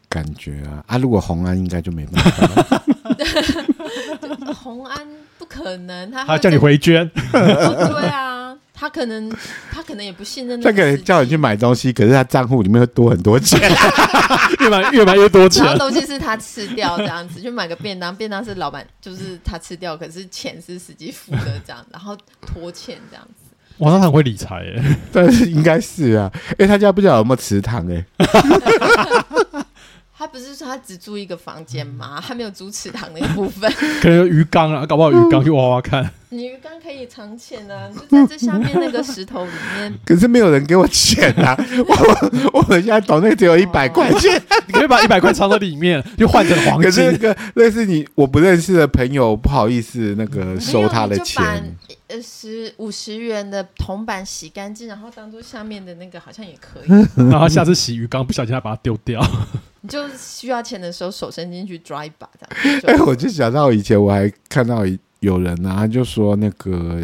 Speaker 3: 感觉啊！啊，如果红安应该就没办法了，
Speaker 1: 红安不可能，他
Speaker 2: 他
Speaker 1: 会
Speaker 2: 叫你
Speaker 1: 跟、
Speaker 2: 回捐，
Speaker 1: 哦对啊，他可能他可能也不信任
Speaker 3: 他
Speaker 1: 那
Speaker 3: 可
Speaker 1: 个
Speaker 3: 能
Speaker 1: 司
Speaker 3: 叫你
Speaker 1: 机
Speaker 3: 去买东西，可是他账户里面会多很多钱。
Speaker 2: 越买越买越多钱
Speaker 1: 然后。东西是他吃掉这样子，去买个便当，便当是老板就是他吃掉，可是钱是司机付的这样，然后拖欠这样子。
Speaker 2: 哇，他很会理财耶，
Speaker 3: 但是应该是啊，哎，他家不知道有没有祠堂哎、。
Speaker 1: 他不是说他只住一个房间吗？他没有租池塘那个部分。
Speaker 2: 可能有鱼缸啊，搞不好有鱼缸去挖挖 看。
Speaker 1: 你鱼缸可以藏钱啊，你就在这下面那个石头里面
Speaker 3: 可是没有人给我钱啊！我我们现在抖那只有一百块钱，
Speaker 2: 你可以把一百块藏在里面，就换成黄
Speaker 3: 可是那
Speaker 2: 金。
Speaker 3: 个那是你我不认识的朋友，不好意思那个
Speaker 1: 没
Speaker 3: 收
Speaker 1: 有
Speaker 3: 他的
Speaker 1: 你就把
Speaker 3: 钱。
Speaker 1: 呃，十五十元的铜板洗干净，然后当做下面的那个好像也可以。
Speaker 2: 然后下次洗鱼缸不小心还把它丢掉，
Speaker 1: 你就需要钱的时候手伸进去抓一把这
Speaker 3: 哎、
Speaker 1: 样。
Speaker 3: 我就想到以前我还看到有人啊，他就说那个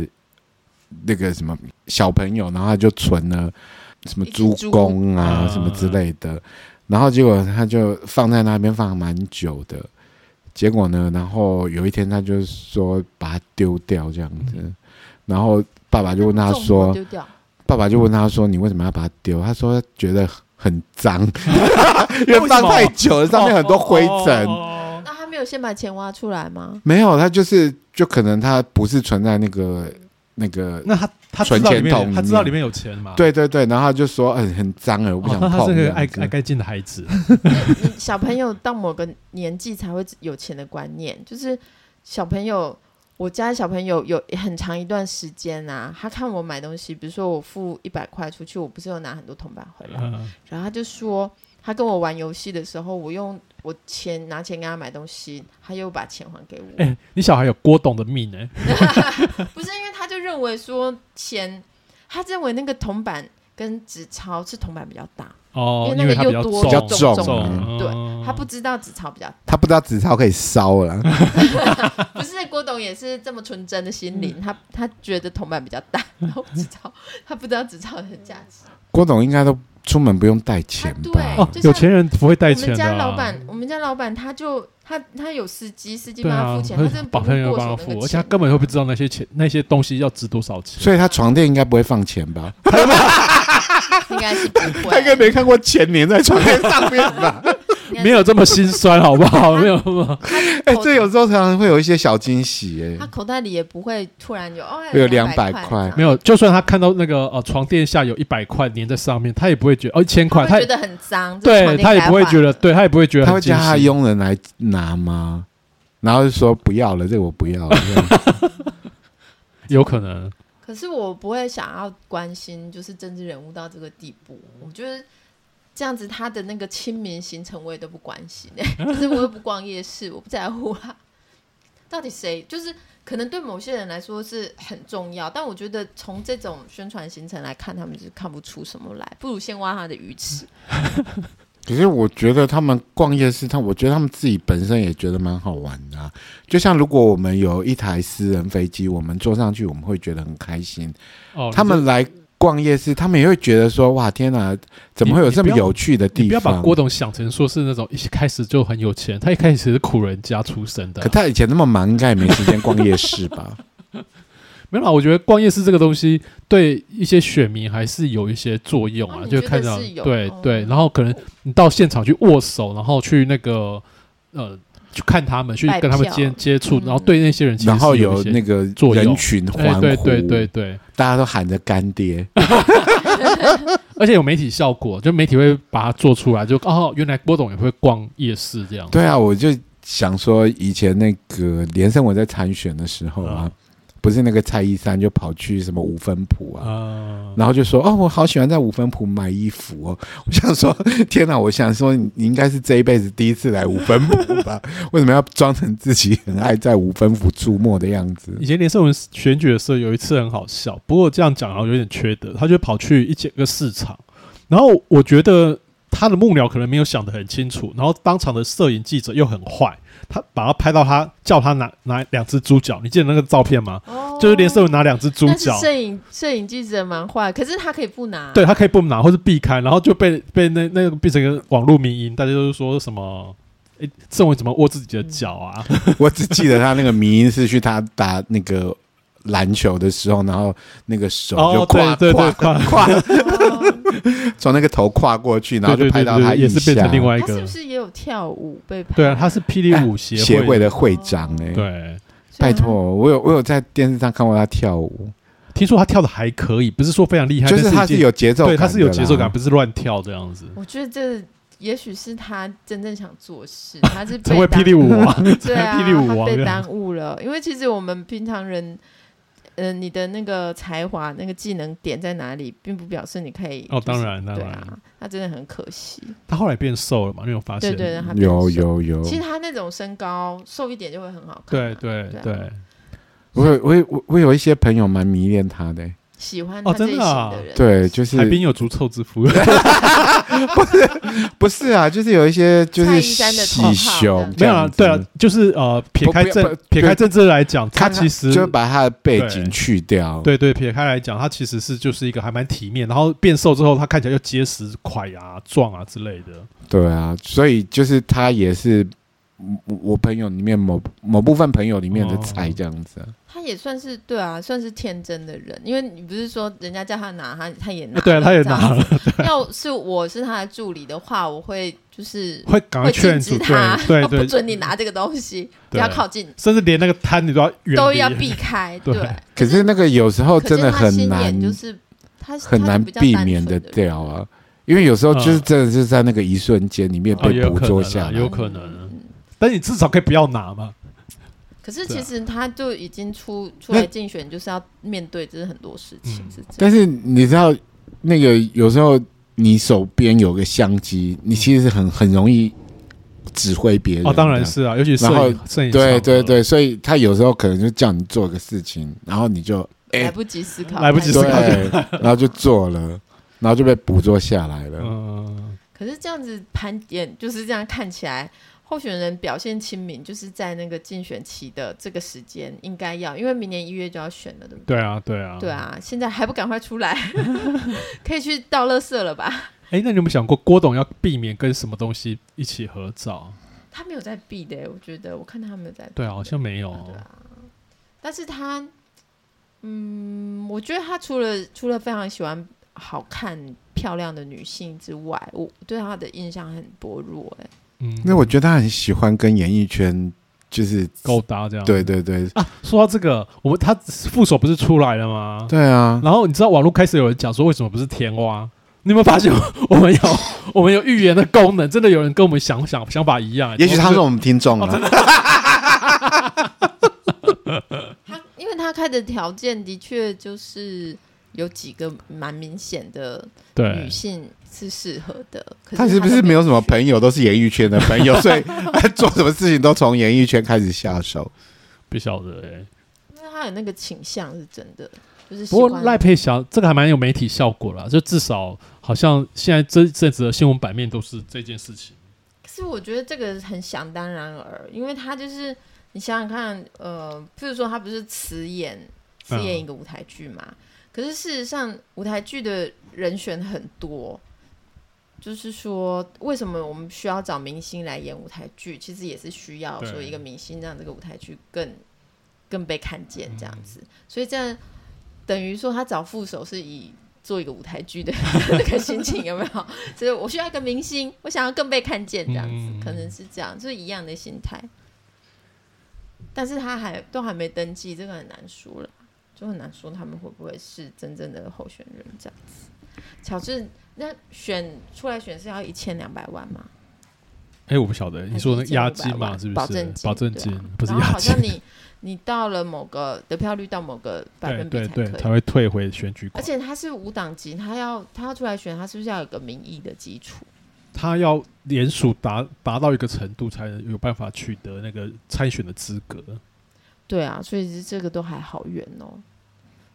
Speaker 3: 那个什么小朋友，然后他就存了什么
Speaker 1: 一只
Speaker 3: 猪
Speaker 1: 猪
Speaker 3: 公啊
Speaker 1: 嗯
Speaker 2: 啊
Speaker 3: 什么之类的，然后结果他就放在那边放了蛮久的。结果呢，然后有一天他就说把它丢掉这样子，然后爸爸就问他说：“
Speaker 1: 丢掉，
Speaker 3: 爸爸就问他说：“你为什么要把它丢？”他说：“觉得很 脏，因为放太久了，上面很多灰尘。
Speaker 2: 哦
Speaker 1: 那他没有先把钱挖出来吗？
Speaker 3: 没有，他就是就可能他不是存在那个那个，
Speaker 2: 那他他知道里
Speaker 3: 存钱筒里
Speaker 2: 面
Speaker 3: 面
Speaker 2: 他知道里面有钱嘛？
Speaker 3: 对对对，然后他就说，嗯，很脏哎，我不
Speaker 2: 哦，
Speaker 3: 想
Speaker 2: 那
Speaker 3: 碰。
Speaker 2: 他是
Speaker 3: 这
Speaker 2: 个
Speaker 3: 样
Speaker 2: 爱
Speaker 3: 子
Speaker 2: 爱干净的孩子，
Speaker 1: 你小朋友到某个年纪才会有钱的观念，就是小朋友，我家小朋友有很长一段时间啊，他看我买东西，比如说我付一百块出去，我不是有拿很多铜板回来，
Speaker 2: 嗯
Speaker 1: 然后他就说，他跟我玩游戏的时候，我用我钱拿钱给他买东西，他又把钱还给 我，
Speaker 2: 哎，你小孩有郭董的命哎，
Speaker 1: 不是因为他就认为说钱，他认为那个铜板跟纸钞是铜板比较大，
Speaker 2: 哦，
Speaker 1: 因为那个
Speaker 2: 他比
Speaker 1: 又
Speaker 2: 较
Speaker 1: 多
Speaker 2: 重，
Speaker 3: 比较重啊
Speaker 2: 重，
Speaker 1: 对
Speaker 2: 嗯
Speaker 1: 他不知道纸钞比较
Speaker 3: 他不知道纸钞可以烧 了，
Speaker 1: 不是郭董也是这么纯真的心灵，他他觉得铜板比较大，然后不知道他不知道纸钞的价值。
Speaker 3: 郭董应该都出门不用带钱
Speaker 1: 啊对
Speaker 3: 吧
Speaker 2: 哦？
Speaker 1: 就，像
Speaker 2: 有钱人不会带
Speaker 1: 我
Speaker 2: 钱
Speaker 1: 们
Speaker 2: 的
Speaker 1: 家
Speaker 2: 啊。
Speaker 1: 老板，我们家老板他就他他有司机，司机
Speaker 2: 对
Speaker 1: 帮
Speaker 2: 啊
Speaker 1: 他付，钱，
Speaker 2: 会
Speaker 1: 他真的
Speaker 2: 保
Speaker 1: 不
Speaker 2: 全
Speaker 1: 会
Speaker 2: 员
Speaker 1: 过
Speaker 2: 帮
Speaker 1: 手
Speaker 2: 他
Speaker 1: 那
Speaker 2: 付，
Speaker 1: 个
Speaker 2: 而且他
Speaker 1: 钱。
Speaker 2: 根本就不知道那些钱那些东西要值多少 钱。
Speaker 3: 所以他床垫应该不会放钱 吧？
Speaker 1: 应该是不
Speaker 3: 他
Speaker 2: 啊
Speaker 1: 会，
Speaker 3: 应该没看过钱粘在床 垫上面吧？
Speaker 1: 应该是
Speaker 2: 没有这么心酸，好不 好？没有没有，
Speaker 3: 哎，这有时候常常会有一些小惊喜哎
Speaker 1: 他。口袋里也不会突然有哦
Speaker 3: 有
Speaker 1: 200
Speaker 3: 200
Speaker 1: 这样
Speaker 3: 块
Speaker 2: 没有。就算他看到那个呃床垫下有一百块粘在上面，他也不会觉得哦一千块，
Speaker 1: 他
Speaker 2: 他
Speaker 1: 会觉得很脏，这
Speaker 2: 对
Speaker 1: 床
Speaker 2: 他
Speaker 1: 垫
Speaker 2: 也
Speaker 1: 该
Speaker 2: 不会
Speaker 1: 换
Speaker 2: 觉得，
Speaker 1: 了
Speaker 2: 对他也不会觉得
Speaker 3: 他
Speaker 2: 很
Speaker 3: 会
Speaker 2: 惊
Speaker 3: 叫他的
Speaker 2: 喜。
Speaker 3: 佣人来拿吗？然后就说不要了，这个我不要了。这样
Speaker 2: 有可能
Speaker 1: 可是我不会想要关心，就是政治人物到这个地步。我觉得这样子，他的那个亲民行程我也都不关心、欸 就是我也不逛夜市，我不在乎啊。到底谁就是可能对某些人来说是很重要，但我觉得从这种宣传行程来看，他们是看不出什么来，不如先挖他的鱼吃。
Speaker 3: 可是我觉得他们逛夜市，他我觉得他们自己本身也觉得蛮好玩的啊、就像如果我们有一台私人飞机，我们坐上去，我们会觉得很开心。
Speaker 2: 哦，
Speaker 3: 他们来逛夜市，他们也会觉得说：“哇，天哪，怎么会有这么有趣的
Speaker 2: 你
Speaker 3: 地
Speaker 2: 不要把
Speaker 3: 方
Speaker 2: 郭董想成说是那种一开始就很有钱，他一开始是苦人家出身？”的啊
Speaker 3: 可。他以前那么忙，应该也没时间逛夜市吧？
Speaker 2: 没有啦，我觉得逛夜市这个东西对一些选民还是有一些作用啊，
Speaker 1: 哦你
Speaker 2: 就
Speaker 1: 觉得
Speaker 2: 看到
Speaker 1: 是有
Speaker 2: 对
Speaker 1: 哦
Speaker 2: 对，然后可能你到现场去握手，然后去那个呃去看他们，去
Speaker 1: 拜
Speaker 2: 跟他们
Speaker 1: 票
Speaker 2: 接接触，
Speaker 1: 嗯
Speaker 2: 然后对那 些人其实
Speaker 3: 然后
Speaker 2: 是
Speaker 3: 有
Speaker 2: 一些
Speaker 3: 那个
Speaker 2: 作用哎
Speaker 3: 人群欢呼，
Speaker 2: 对对对对对，
Speaker 3: 大家都喊着干爹。
Speaker 2: 而且有媒体效果，就媒体会把它做出来，就哦，原来郭董也会逛夜市这样，
Speaker 3: 对啊，我就想说，以前那个连胜文在参选的时候啊，
Speaker 2: 嗯
Speaker 3: 不是那个蔡依珊就跑去什么五分埔啊。
Speaker 2: 啊，
Speaker 3: 然后就说哦，我好喜欢在五分埔买衣服哦。 我想说，天哪！我想说，你应该是这一辈子第一次来五分埔吧？ 为什么要装成自己很爱在五分埔出没的样子
Speaker 2: 以？前连胜文选举的时候，有一次很好笑，不过这样讲好像有点缺德。他就跑去一整个市场，然后我觉得他的幕僚可能没有想得很清楚，然后当场的摄影记者又很坏，他把他拍到他叫他拿拿两只猪脚，你记得那个照片吗？
Speaker 1: 哦
Speaker 2: 就是连胜文拿两只猪
Speaker 1: 但是
Speaker 2: 脚，
Speaker 1: 摄影摄影记者蛮坏，可是他可以不拿。
Speaker 2: 对他可以不拿或是避开，然后就被被那那个变成一个网络民音，大家都说什么。哎诶，胜文怎么握自己的脚啊？
Speaker 3: 我只记得他那个迷音是去他打那个篮球的时候，然后那个手就
Speaker 2: 哦，
Speaker 3: 跨、
Speaker 2: 对对对，
Speaker 3: 跨
Speaker 2: 跨
Speaker 3: 跨
Speaker 1: 哦
Speaker 3: 从那个头跨过去，然后就
Speaker 2: 对对
Speaker 3: 拍
Speaker 2: 对
Speaker 3: 到
Speaker 2: 对
Speaker 3: 他
Speaker 2: 也
Speaker 3: 腋
Speaker 2: 是变
Speaker 3: 下
Speaker 2: 成。另外一
Speaker 1: 他
Speaker 2: 个
Speaker 1: 是不，是也有跳舞被拍？
Speaker 2: 对啊，他是霹雳舞协
Speaker 3: 协
Speaker 2: 会
Speaker 3: 会的会长哎、
Speaker 2: 对，
Speaker 1: 所以
Speaker 3: 拜
Speaker 1: 他
Speaker 3: 托，我有我有在电视上看过他跳舞，
Speaker 2: 听说他跳的还可以，不是说非常厉害，
Speaker 3: 就
Speaker 2: 但
Speaker 3: 是
Speaker 2: 是
Speaker 3: 他
Speaker 2: 已经
Speaker 3: 是有节奏感
Speaker 2: 对，
Speaker 3: 的啦，
Speaker 2: 他是有节奏感，不是乱跳这样子。
Speaker 1: 我觉得这也许是他真正想做的事，他是被
Speaker 2: 成为
Speaker 1: 耽
Speaker 2: 霹雳舞王，
Speaker 1: 对啊，
Speaker 2: 霹雳舞王
Speaker 1: 他
Speaker 2: 这
Speaker 1: 被
Speaker 2: 样
Speaker 1: 耽误了。因为其实我们平常人，呃，你的那个才华、那个技能点在哪里，并不表示你可以、
Speaker 2: 哦，
Speaker 1: 就是
Speaker 2: 当。然当
Speaker 1: 对
Speaker 2: 然，
Speaker 1: 啊，他真的很可惜。
Speaker 2: 他后来变瘦了嘛？你有发
Speaker 1: 对
Speaker 2: 现？
Speaker 1: 对对，他变
Speaker 3: 有
Speaker 1: 瘦。
Speaker 3: 有有。
Speaker 1: 其实他那种身高瘦一点就会很好看啊、
Speaker 2: 对对
Speaker 1: 对啊
Speaker 2: 对，
Speaker 3: 我有我有我我有一些朋友蛮迷恋他的、欸
Speaker 1: 喜欢
Speaker 2: 哦
Speaker 1: 他这一
Speaker 2: 真
Speaker 1: 型
Speaker 2: 的啊
Speaker 1: 的人。
Speaker 3: 对，就是
Speaker 2: 海滨有足臭之夫，
Speaker 3: 不是啊，就是有一些就
Speaker 1: 蔡
Speaker 3: 是
Speaker 1: 依珊的
Speaker 3: 喜
Speaker 1: 头套
Speaker 3: 熊，
Speaker 2: 没有啊？对 啊，，就是呃，撇
Speaker 3: 不
Speaker 2: 开
Speaker 3: 不不
Speaker 2: 政
Speaker 3: 不
Speaker 2: 撇开政治来讲，他
Speaker 3: 看
Speaker 2: 其实
Speaker 3: 就把他的背
Speaker 2: 对
Speaker 3: 景去掉，，
Speaker 2: 对对，撇开来讲，他其实是就是一个还蛮体面，然后变瘦之后，他看起来又 结实、快啊、壮啊之类的。
Speaker 3: 对啊，所以就是他也是我我朋友里面某某部分朋友里
Speaker 2: 哦
Speaker 3: 面的菜这样子啊。
Speaker 1: 他也算是对啊，算是天真的人，因为你不是说人家叫他拿，他他也拿，
Speaker 2: 对啊，他也拿
Speaker 1: 了
Speaker 2: 了，
Speaker 1: 这样。要是我是他的助理的话，我会就是
Speaker 2: 会赶快
Speaker 1: 会禁
Speaker 2: 劝
Speaker 1: 止
Speaker 2: 阻，
Speaker 1: 他，
Speaker 2: 对
Speaker 1: 不
Speaker 2: 对对，
Speaker 1: 准你拿这个东西，不
Speaker 2: 对
Speaker 1: 要靠近，
Speaker 2: 甚至连那个摊你都要远
Speaker 1: 都
Speaker 2: 离
Speaker 1: 要避开。
Speaker 2: 对
Speaker 1: 对，
Speaker 3: 可是那个有时候哦真的
Speaker 1: 可见他
Speaker 3: 很
Speaker 1: 心
Speaker 3: 难
Speaker 1: 眼，就是他
Speaker 3: 很难避免
Speaker 1: 的
Speaker 3: 的掉啊，因为有时候就是
Speaker 2: 嗯
Speaker 3: 真的是在那个一瞬间里面
Speaker 2: 哦
Speaker 3: 被
Speaker 2: 也有
Speaker 3: 捕
Speaker 2: 可
Speaker 3: 捉
Speaker 2: 能啊
Speaker 3: 下来
Speaker 2: 有。可能啊但你至少可以不要拿嘛。
Speaker 1: 可是
Speaker 2: 对
Speaker 1: 其
Speaker 2: 啊
Speaker 1: 实他就已经出出
Speaker 3: 那
Speaker 1: 来竞选，就是要面对这是很多事情
Speaker 2: 嗯
Speaker 1: 是这样。
Speaker 3: 但是你知道，那个有时候你手边有个相机，你其实是很很容易指挥别人的。
Speaker 2: 哦，当然是啊，尤其摄
Speaker 3: 然后
Speaker 2: 影摄影
Speaker 3: 对
Speaker 2: 场
Speaker 3: 对
Speaker 2: 合
Speaker 3: 对，所以他有时候可能就叫你做个事情，然后你就哎
Speaker 1: 来不及思考，
Speaker 2: 来不及思考
Speaker 1: 太多了
Speaker 3: 对，然后就做了，然后就被捕捉下来了。
Speaker 2: 嗯，
Speaker 1: 可是这样子盘点就是这样看起来，候选人表现亲民，就是在那个竞选期的这个时间应该要，因为明年一月就要选了，对不对？
Speaker 2: 对啊，对啊，
Speaker 1: 对。啊，现在还不赶快出来，可以去倒垃圾了吧？
Speaker 2: 哎，那你有没有想过郭董要避免跟什么东西一起合照？
Speaker 1: 他没有在避的、我觉得我看他没有在避。
Speaker 2: 对啊，好像没有。
Speaker 1: 对啊，但是他，嗯，我觉得他除了除了非常喜欢好看漂亮的女性之外，我对他的印象很薄弱、哎，
Speaker 2: 嗯，
Speaker 3: 那我觉得他很喜欢跟演艺圈就是
Speaker 2: 勾搭这样。
Speaker 3: 对对对
Speaker 2: 啊，说到这个，我们他副手不是出来了吗？
Speaker 3: 对啊，
Speaker 2: 然后你知道网络开始有人讲说为什么不是甜蛙？你有没有发现 我们有我们有预言的功能？真的有人跟我们想想想法一样？欸
Speaker 3: 也许他
Speaker 2: 然
Speaker 3: 是
Speaker 2: 后
Speaker 3: 我们听众啊了。
Speaker 1: 他因为他开的条件的确就是有几个蛮明显的女
Speaker 2: 对
Speaker 1: 性是适合的，可
Speaker 3: 他
Speaker 1: 是
Speaker 3: 是不是没有什么
Speaker 1: 友？
Speaker 3: 朋友，都是演艺圈的朋友，所以他做什么事情都从演艺圈开始下手。
Speaker 2: 不晓得哎、
Speaker 1: 因为他有那个倾向是真的，就是喜
Speaker 2: 不过
Speaker 1: 欢
Speaker 2: 赖佩霞这个还蛮有媒体效果啦，就至少好像现在这阵子的新闻版面都是这件事情。
Speaker 1: 可是我觉得这个很想当然而，因为他就是你想想看，呃，譬如说他不是辞演辞演一个舞台剧嘛，可是事实上舞台剧的人选很多，就是说为什么我们需要找明星来演舞台剧？其实也是需要
Speaker 2: 对
Speaker 1: 说一个明星让这个舞台剧更更被看见这样子，所以这样等于说他找副手是以做一个舞台剧的 那个心情有没有？所以我需要一个明星，我想要更被看见这样子，
Speaker 2: 嗯
Speaker 1: 可能是这样，就是一样的心态。但是他还都还没登记，这个很难说了，就很难说他们会不会是真正的候选人这样子。乔治，那选出来选是要一千两百万吗？
Speaker 2: 哎，我不晓得，你说那个押金嘛，
Speaker 1: 还是
Speaker 2: 是
Speaker 1: 1500
Speaker 2: 不是？
Speaker 1: 保证金
Speaker 2: 保证金
Speaker 1: 对啊
Speaker 2: 不是
Speaker 1: 然后
Speaker 2: 押
Speaker 1: 好
Speaker 2: 金
Speaker 1: 像，你你到了某个得票率到某个百
Speaker 2: 对
Speaker 1: 分比
Speaker 2: 对
Speaker 1: 才可
Speaker 2: 对，
Speaker 1: 以
Speaker 2: 才会退回选举
Speaker 1: 而
Speaker 2: 款。
Speaker 1: 且他是无党籍，他要他要出来选，他是不是要有个民意的基础？
Speaker 2: 他要联署达达到一个程度，才有办法取得那个参选的资格。
Speaker 1: 对啊，所以这个都还好远哦，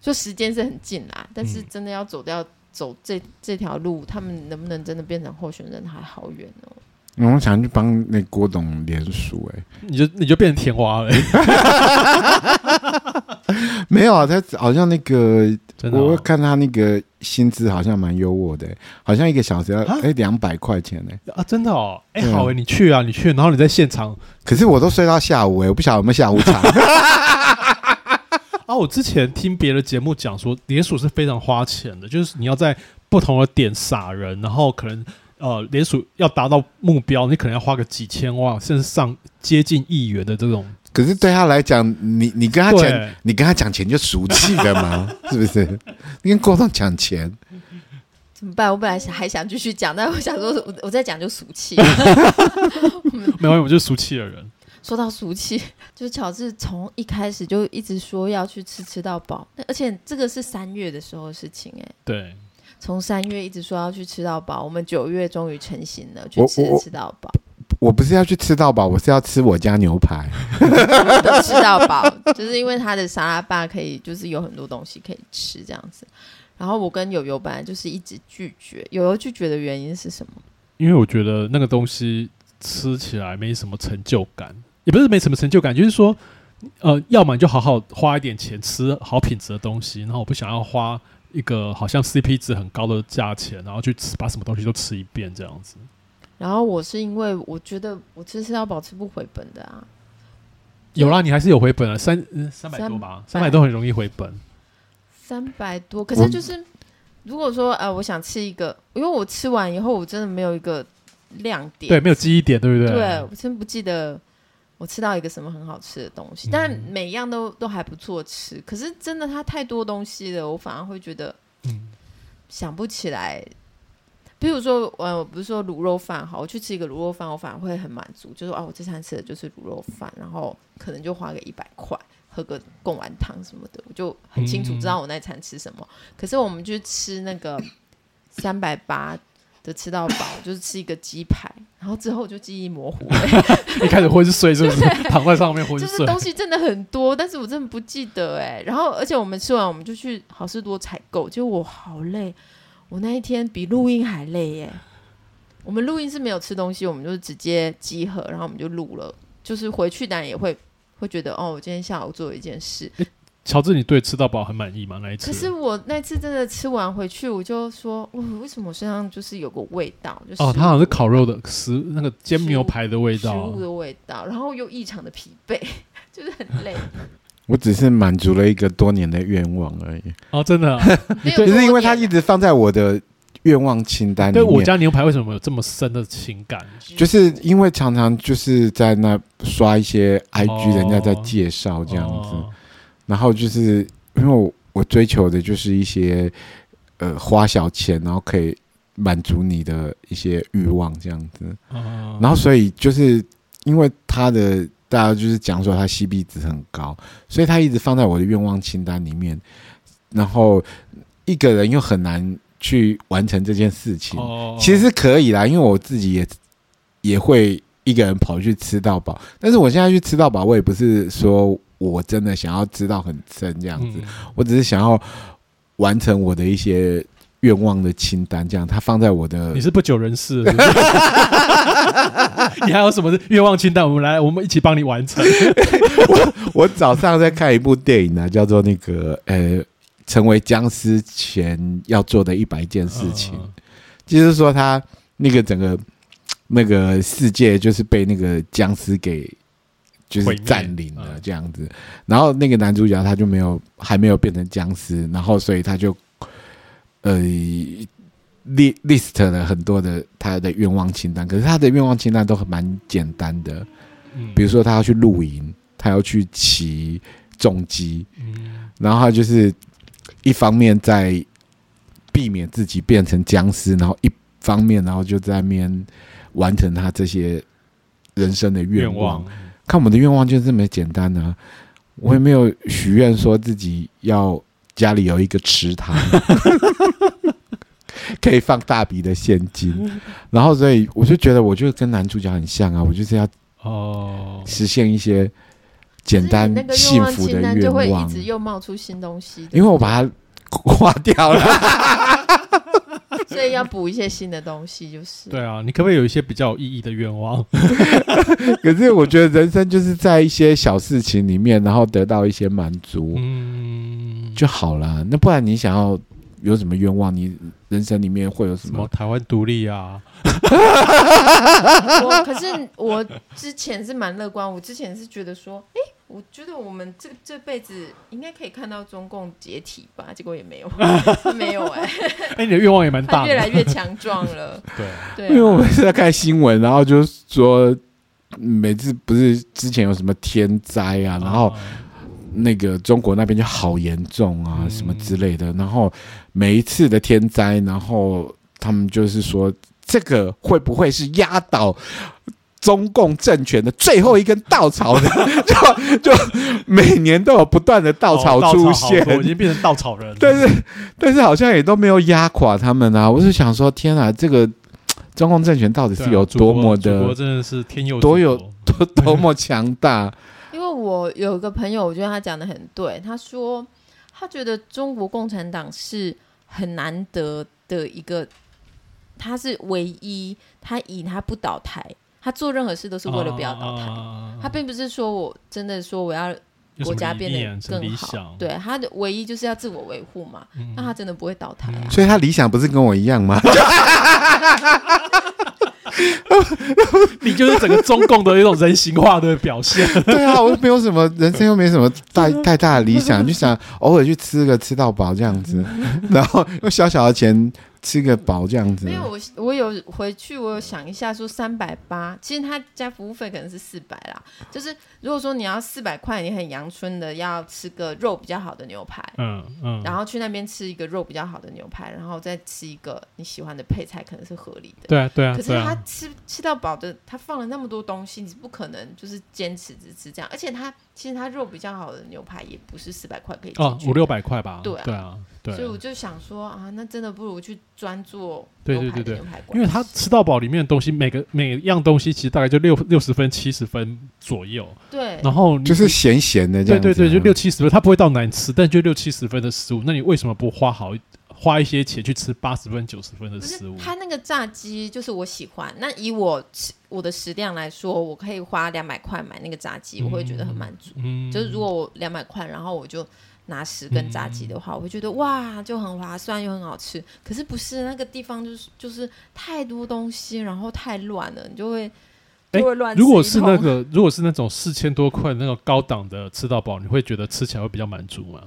Speaker 1: 就时间是很近啦，但是真的要走掉走这这条路，他们能不能真的变成候选人还好远哦。
Speaker 3: 嗯我想去帮那郭董联署、
Speaker 2: 你就你就变成甜 蛙了，
Speaker 3: 哎，没有啊，他好像那个，
Speaker 2: 真的哦、
Speaker 3: 我看他那个薪资好像蛮优渥的、哎好像一个小时要
Speaker 2: 啊
Speaker 3: 哎两百块钱呢、哎
Speaker 2: 啊，真的哦，哎、
Speaker 3: 对啊
Speaker 2: 好哎、你去啊，你去，然后你在现场
Speaker 3: 可是我都睡到下午、哎，我不晓得有没有下午 茶。
Speaker 2: 啊。我之前听别的节目讲说，联署是非常花钱的，就是你要在不同的点撒人，然后可能呃联署要达到目标，你可能要花个几千万，甚至上接近亿元的这种。
Speaker 3: 可是对他来讲，你你跟他讲，
Speaker 2: 对，
Speaker 3: 你跟他讲钱就俗气了嘛， 是不是？你跟郭董讲钱，
Speaker 1: 怎么办？我本来想还想继续讲，但我想说我，我再讲就俗 气。
Speaker 2: 没有，我就是俗气的人。
Speaker 1: 说到俗气，就是乔治从一开始就一直说要去吃吃到饱，那而且这个是三月的时候的事情哎、
Speaker 2: 对，
Speaker 1: 从三月一直说要去吃到饱，我们九月终于成型了，去
Speaker 3: 我
Speaker 1: 吃
Speaker 3: 我
Speaker 1: 吃到饱。
Speaker 3: 我不是要去吃到饱，我是要吃我家牛排。
Speaker 1: 都吃到饱，就是因为他的沙拉吧可以，就是有很多东西可以吃这样子。然后我跟友友本来就是一直拒绝，友友拒绝的原因是什么？
Speaker 2: 因为我觉得那个东西吃起来没什么成就感，也不是没什么成就感，就是说，呃，要么你就好好花一点钱吃好品质的东西，然后我不想要花一个好像 CP 值很高的价钱，然后去吃把什么东西都吃一遍这样子。
Speaker 1: 然后我是因为我觉得我这是要保持不回本的啊，
Speaker 2: 有啦，你还是有回本啊，三嗯三百多吧，三
Speaker 1: 三
Speaker 2: 百多很容易回本。
Speaker 1: 三百多。可
Speaker 3: 我
Speaker 1: 是就是如果说呃，我想吃一个，因为我吃完以后我真的没有一个亮点，
Speaker 2: 对，没有记忆点，对不对？
Speaker 1: 对，我真不记得我吃到一个什么很好吃的东西，但
Speaker 2: 嗯
Speaker 1: 每一样都都还不错吃。可是真的它太多东西了，我反而会觉得
Speaker 2: 嗯
Speaker 1: 想不起来。比如说，呃，我不是说卤肉饭好，我去吃一个卤肉饭，我反而会很满足，就是啊，我这餐吃的就是卤肉饭，然后可能就花个一百块，喝个贡丸汤什么的，我就很清楚
Speaker 2: 嗯
Speaker 1: 知道我那一餐吃什么。可是我们去吃那个三百八的吃到饱，就是吃一个鸡排，然后之后我就记忆模糊了、
Speaker 2: 一开始昏睡是不是？躺在上面昏
Speaker 1: 就是
Speaker 2: 睡。
Speaker 1: 东西真的很多，但是我真的不记得哎、然后，而且我们吃完，我们就去好事多采购，结果我好累，我那一天比录音还累耶、我们录音是没有吃东西，我们就直接集合，然后我们就录了。就是回去当然也会会觉得哦，我今天下午做了一件事。
Speaker 2: 乔治，你对吃到饱很满意吗？那一次？
Speaker 1: 可是我那次真的吃完回去，我就说，哇，为什么我身上就是有个味道？就是
Speaker 2: 哦，它好像是烤肉的食那个煎
Speaker 1: 食物
Speaker 2: 牛排的味
Speaker 1: 食
Speaker 2: 道
Speaker 1: 物。的味道，然后又异常的疲惫， 就是很 累。
Speaker 3: 我只是满足了一个多年的愿望而已，
Speaker 2: 哦，真的啊。
Speaker 1: 没有
Speaker 3: 只是因为它
Speaker 1: 多
Speaker 3: 一
Speaker 1: 点
Speaker 3: 直放在我的愿望清单里
Speaker 2: 对我
Speaker 3: 面。
Speaker 2: 家牛排为什么有这么深的情感？
Speaker 3: 就是因为常常就是在那刷一些 IG，
Speaker 2: 哦
Speaker 3: 人家在介绍这样子，
Speaker 2: 哦
Speaker 3: 然后就是因为我我追求的就是一些呃花小钱，然后可以满足你的一些欲望这样子。
Speaker 2: 哦
Speaker 3: 然后所以就是因为他的大家就是讲说他 CP 值很高，所以他一直放在我的愿望清单里面。然后一个人又很难去完成这件事情，
Speaker 2: 哦
Speaker 3: 其实是可以啦，因为我自己也也会一个人跑去吃到饱，但是我现在去吃到饱，我也不是说我真的想要吃到很深这样子，
Speaker 2: 嗯
Speaker 3: 我只是想要完成我的一些愿望的清单，这样它放在我的
Speaker 2: 你是不久人世 了，是不是你还有什么愿望清单？我们来，我们一起帮你完成。
Speaker 3: 我早上在看一部电影呢、啊叫做那个呃，成为僵尸前要做的一百件事情，
Speaker 2: 嗯
Speaker 3: 就是说他那个整个那个世界就是被那个僵尸给就
Speaker 2: 毁
Speaker 3: 是
Speaker 2: 灭
Speaker 3: 占领了
Speaker 2: 嗯
Speaker 3: 这样子，然后那个男主角他就没有还没有变成僵尸，然后所以他就呃 li- list 了很多的他的愿望清单，可是他的愿望清单都很蛮简单的，
Speaker 2: 嗯
Speaker 3: 比如说他要去露营，他要去骑重机，
Speaker 2: 嗯
Speaker 3: 然后他就是一方面在避免自己变成僵尸，然后一方面然后就在面完成他这些人生的愿望。
Speaker 2: 愿望，
Speaker 3: 看我们的愿望就这么简单呢、我也没有许愿说自己要家里有一个池塘， 可以放大笔的现金，然后所以我就觉得我就跟男主角很像啊，我就是要
Speaker 2: 哦，
Speaker 3: 实现一些简
Speaker 1: 可
Speaker 3: 单
Speaker 1: 是你那个
Speaker 3: 幸
Speaker 1: 愿望
Speaker 3: 福的
Speaker 1: 清单就
Speaker 3: 愿
Speaker 1: 会一
Speaker 3: 望，
Speaker 1: 直又冒出新东西，
Speaker 3: 因为我把它花掉 了。
Speaker 1: 所以要补一些新的东西，就是。
Speaker 2: 对啊，你可不可以有一些比较有意义的愿望？
Speaker 3: 可是我觉得人生就是在一些小事情里面，然后得到一些满足
Speaker 2: 嗯，
Speaker 3: 就好啦。那不然你想要有什么愿望？你人生里面会有 什
Speaker 2: 什么
Speaker 3: 么？
Speaker 2: 台湾独立啊？
Speaker 1: 我可是我之前是蛮乐观，我之前是觉得说，诶，我觉得我们这这辈子应该可以看到中共解体吧，结果也没有， 没有哎、
Speaker 2: 哎，你的愿望也蛮
Speaker 1: 它
Speaker 2: 大
Speaker 1: 越来
Speaker 2: 的。
Speaker 1: 越强壮了。
Speaker 2: 对啊，
Speaker 1: 对
Speaker 3: 因为我
Speaker 1: 啊、
Speaker 3: 们是在看新闻，然后就说嗯每次不是之前有什么天灾啊，然
Speaker 2: 哦
Speaker 3: 后那个中国那边就好严重啊，
Speaker 2: 嗯
Speaker 3: 什么之类的。然后每一次的天灾，然后他们就是说，这个会不会是压倒中共政权的最后一根稻草呢？ 就就每年都有不断的稻草
Speaker 2: 哦
Speaker 3: 出
Speaker 2: 好
Speaker 3: 现，
Speaker 2: 多已经变成稻草人了。
Speaker 3: 但是 但是好像也都没有压垮他们啊。我是想说，天啊，这个中共政权到底
Speaker 2: 对啊
Speaker 3: 是有
Speaker 2: 祖
Speaker 3: 多
Speaker 2: 国
Speaker 3: 么
Speaker 2: 祖国
Speaker 3: 的、
Speaker 2: 真的是天佑
Speaker 3: 多
Speaker 2: 祖
Speaker 3: 有
Speaker 2: 国
Speaker 3: 多多么强 大？
Speaker 1: 因为我有一个朋友，我觉得他讲的很对，他说他觉得中国共产党是很难得的一个，他是唯一，他以他不倒台，他做任何事都是为了不要倒台。
Speaker 2: 啊
Speaker 1: 他并不是说我真的说我要
Speaker 2: 有什么
Speaker 1: 国家
Speaker 2: 理
Speaker 1: 变
Speaker 2: 念
Speaker 1: 得
Speaker 2: 什么
Speaker 1: 更
Speaker 2: 理
Speaker 1: 好
Speaker 2: 想，
Speaker 1: 对他的唯一就是要自我维护嘛，
Speaker 2: 嗯
Speaker 1: 那他真的不会倒台啊。
Speaker 3: 所以他理想不是跟我一样吗？
Speaker 2: 你就是整个中共的一种人性化的表 现。
Speaker 3: 对啊，我又没有什么人生，又没什么太太大的理想，就想偶尔去吃个吃到饱这样 子，然后用小小的钱吃个饱这样子
Speaker 2: 嗯
Speaker 1: 因为。我我有回去，我有想一下说三百八，其实他加服务费可能是四百啦。就是如果说你要四百块，你很阳春的要吃个肉比较好的牛排，
Speaker 2: 嗯嗯，
Speaker 1: 然后去那边吃一个肉比较好的牛排，然后再吃一个你喜欢的配菜，可能是合理的。
Speaker 2: 对啊对啊
Speaker 1: 可是
Speaker 2: 对
Speaker 1: 他
Speaker 2: 啊，
Speaker 1: 吃吃到饱的，他放了那么多东西，你不可能就是坚持只吃这样。而且他其实他肉比较好的牛排也不是四百块可以
Speaker 2: 哦
Speaker 1: 进去的
Speaker 2: 五六，百块吧，
Speaker 1: 对啊
Speaker 2: 对啊对啊
Speaker 1: 所以我就想说啊，那真的不如去专做
Speaker 2: 对
Speaker 1: 牛
Speaker 2: 对
Speaker 1: 排
Speaker 2: 对
Speaker 1: 的
Speaker 2: 对
Speaker 1: 牛排馆，
Speaker 2: 因为它吃到饱里面的东西，每个每样东西其实大概就六六十分、七十分左右，
Speaker 1: 对
Speaker 2: 然后你
Speaker 3: 就是咸咸的这
Speaker 2: 对
Speaker 3: 样子啊、
Speaker 2: 对对，就六七十分，它不会到难吃，但就六七十分的食物，那你为什么不花好花一些钱去吃八十分、九十分的
Speaker 1: 不是
Speaker 2: 食物？
Speaker 1: 他那个炸鸡就是我喜欢。那以我吃我的食量来说，我可以花两百块买那个炸鸡，我会觉得很满足。
Speaker 2: 嗯，
Speaker 1: 就是如果我两百块，然后我就拿十根炸鸡的
Speaker 2: 嗯
Speaker 1: 话，我会觉得哇，就很划算又很好吃。可是不是那个地方就是就是太多东西，然后太乱了，你就会
Speaker 2: 哎
Speaker 1: 就会乱吃一通。
Speaker 2: 如果是那个如果是那种四千多块那种高档的吃到饱，你会觉得吃起来会比较满足吗？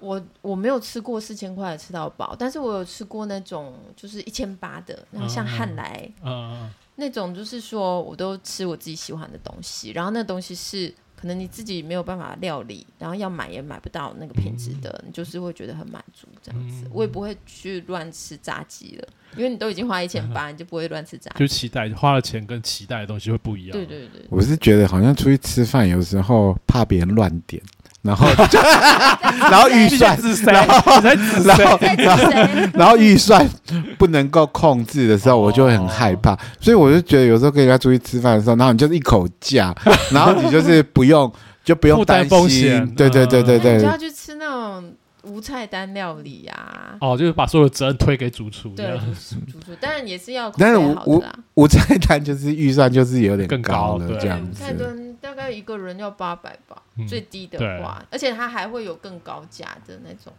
Speaker 1: 我我没有吃过四千块的吃到饱，但是我有吃过那种就是一千八的，然后像
Speaker 2: 嗯嗯
Speaker 1: 汉来。
Speaker 2: 嗯，
Speaker 1: 那种就是说，我都吃我自己喜欢的东西，然后那东西是可能你自己没有办法料理，然后要买也买不到那个品质的，你就是会觉得很满足这样子。
Speaker 2: 嗯
Speaker 1: 我也不会去乱吃炸鸡了，因为你都已经花一千八，你就不会乱吃炸
Speaker 2: 就
Speaker 1: 鸡。
Speaker 2: 是期待花了钱跟期待的东西会 不一样。
Speaker 1: 对对对，
Speaker 3: 我是觉得好像出去吃饭，有时候怕别人乱点，然后 然后预
Speaker 2: 你在
Speaker 3: 算，
Speaker 2: 自塞，你在自
Speaker 3: 然
Speaker 2: 塞
Speaker 3: 后
Speaker 1: 在
Speaker 3: 然后
Speaker 1: 谁？
Speaker 3: 然后预算不能够控制的时候，
Speaker 2: 哦
Speaker 3: 我就会很害怕，所以我就觉得有时候跟人家出去吃饭的时候，然后你就是一口价，然后你就是不用就不 用
Speaker 2: 负担
Speaker 3: 担
Speaker 2: 风
Speaker 3: 心
Speaker 2: 险，
Speaker 3: 对对对对
Speaker 1: 那哦你就
Speaker 3: 对
Speaker 1: 要去吃那种无菜单料理啊。
Speaker 2: 哦，就是把所有责任推给主厨，这
Speaker 1: 对，
Speaker 2: 样
Speaker 1: 就是煮煮，当然也是要口
Speaker 3: 但是
Speaker 1: 碑
Speaker 3: 我
Speaker 1: 好的啦。
Speaker 3: 无菜单就是预算就是有点
Speaker 2: 更
Speaker 3: 高
Speaker 2: 高
Speaker 3: 了
Speaker 2: 对
Speaker 3: 这样
Speaker 1: 对菜
Speaker 3: 子，
Speaker 1: 单大概一个人要八百吧，
Speaker 2: 嗯
Speaker 1: 最低的
Speaker 2: 对
Speaker 1: 话，而且它还会有更高价的那种。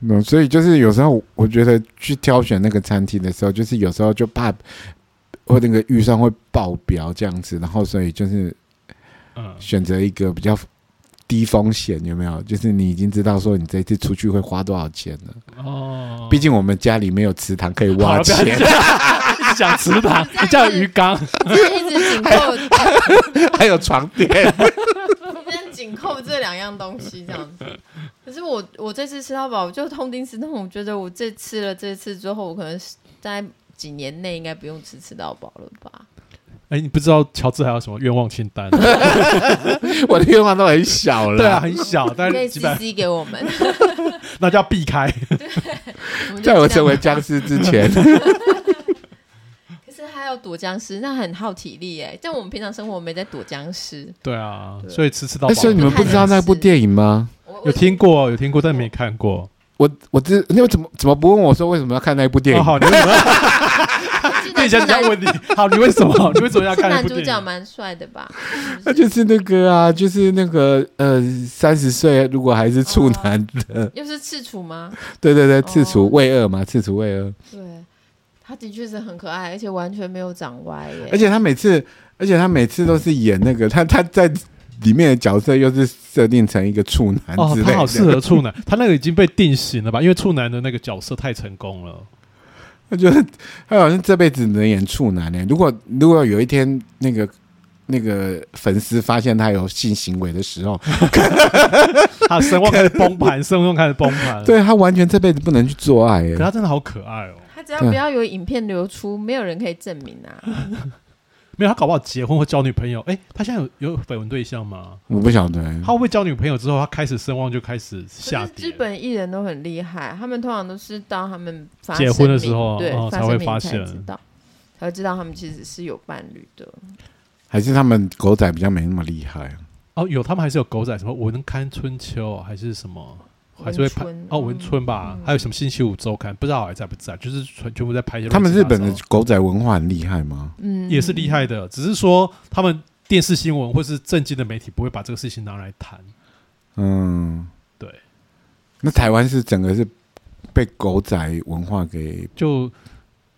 Speaker 3: 嗯，所以就是有时候我觉得去挑选那个餐厅的时候，就是有时候就怕会那个预算会爆表这样子，然后所以就是
Speaker 2: 嗯，
Speaker 3: 选择一个比较低风险，有没有？就是你已经知道说你这一次出去会花多少钱了。
Speaker 2: 哦，
Speaker 3: 毕竟我们家里没有池塘可以
Speaker 2: 好
Speaker 3: 挖
Speaker 2: 了不要 一
Speaker 3: 钱，
Speaker 2: 直讲池 塘，你叫鱼缸，
Speaker 1: 这样一直紧扣，
Speaker 3: 还有床垫。
Speaker 1: 这样紧扣这两样东西这样子。可是我我这次吃到饱，我就痛定思痛，我觉得我这吃了这次之后，我可能是在几年内应该不用吃吃到饱了吧？
Speaker 2: 哎，你不知道乔治还有什么愿望清 单？啊
Speaker 3: 我的愿望都很小了。
Speaker 2: 对啊，，很小，但
Speaker 1: 可以
Speaker 2: 是几百，
Speaker 1: CC 给我们，
Speaker 2: 那就要避开。
Speaker 1: 我们就
Speaker 3: 在
Speaker 1: 这样
Speaker 3: 我成为僵尸之 前，
Speaker 1: 可是他要躲僵尸，那很耗体力哎。但我们平常生活没在躲僵尸，
Speaker 2: 对啊，所以吃吃到
Speaker 3: 那
Speaker 2: 饱。
Speaker 3: 哎所以你们不知道那部电影吗？
Speaker 1: 我
Speaker 2: 有听过，有听过，但没看过。
Speaker 3: 我我知，你怎么怎么不问我说为什么要看那部电
Speaker 2: 哦，
Speaker 3: 影？
Speaker 2: 好，你为什么要？
Speaker 1: 过
Speaker 2: 对，想这样问你，好，你为什 么？你为什么要
Speaker 1: 是
Speaker 2: 看那
Speaker 1: 男
Speaker 2: 部
Speaker 1: 主
Speaker 2: 电
Speaker 1: 角
Speaker 2: 影？
Speaker 1: 蛮帅的吧？
Speaker 3: 那 就是那个啊，就是那个呃，三十岁如果还是处男，
Speaker 1: 又是赤楚吗？
Speaker 3: 对对对，赤
Speaker 1: 哦
Speaker 3: 楚畏恶嘛，赤楚畏恶。
Speaker 1: 对，他的确是很可爱，而且完全没有长歪耶。
Speaker 3: 而且他每次，而且他每次都是演那个他他在里面的角色又是设定成一个处男
Speaker 2: 哦
Speaker 3: 之，类
Speaker 2: 他好适
Speaker 3: 的，
Speaker 2: 合处男，他那个已经被定型了吧？因为处男的那个角色太成功 了。
Speaker 3: 我觉得他好像这辈子只能演处男欸呢、如果如果有一天那个那个粉丝发现他有性行为的时候，
Speaker 2: 嗯他声望开始崩盘，声望开始崩盘。，
Speaker 3: 对他完全这辈子不能去做爱、
Speaker 2: 可
Speaker 3: 欸。
Speaker 2: 他真的好可爱哦。
Speaker 1: 他只要不要有影片流出，没有人可以证明 啊。
Speaker 2: 没有，他搞不好结婚或交女朋友。哎，他现在有有绯闻对象吗？
Speaker 3: 我不晓得、欸
Speaker 2: 他会不会交女朋友之后，他开始声望就开始下
Speaker 1: 可是
Speaker 2: 跌
Speaker 1: 日？本艺人都很厉害，他们通常都是到他们发
Speaker 2: 结婚的时候
Speaker 1: 声明对、
Speaker 2: 哦
Speaker 1: 发
Speaker 2: 才会
Speaker 1: 声明
Speaker 2: 发
Speaker 1: 才
Speaker 2: 现
Speaker 1: 知道，才会知道他们其实是有伴侣的。
Speaker 3: 还是他们狗仔比较没那么厉害。
Speaker 2: 哦，有，他们还是有狗仔，什么我能看春秋啊还是什么，还是会拍
Speaker 1: 文春
Speaker 2: 哦文春吧，
Speaker 1: 嗯
Speaker 2: 还有什么星期五周刊，不知道还在不在，就是全全部在拍一些
Speaker 3: 他们日本
Speaker 2: 乱
Speaker 3: 的
Speaker 2: 七
Speaker 3: 狗仔文化很厉害吗？
Speaker 1: 嗯，
Speaker 2: 八糟也是厉害
Speaker 1: 的。
Speaker 2: 的，只是说他们电视新闻或是正经的媒体不会把这个事情拿来谈。
Speaker 3: 嗯，
Speaker 2: 对。
Speaker 3: 那台湾是整个是被狗仔文化给
Speaker 2: 就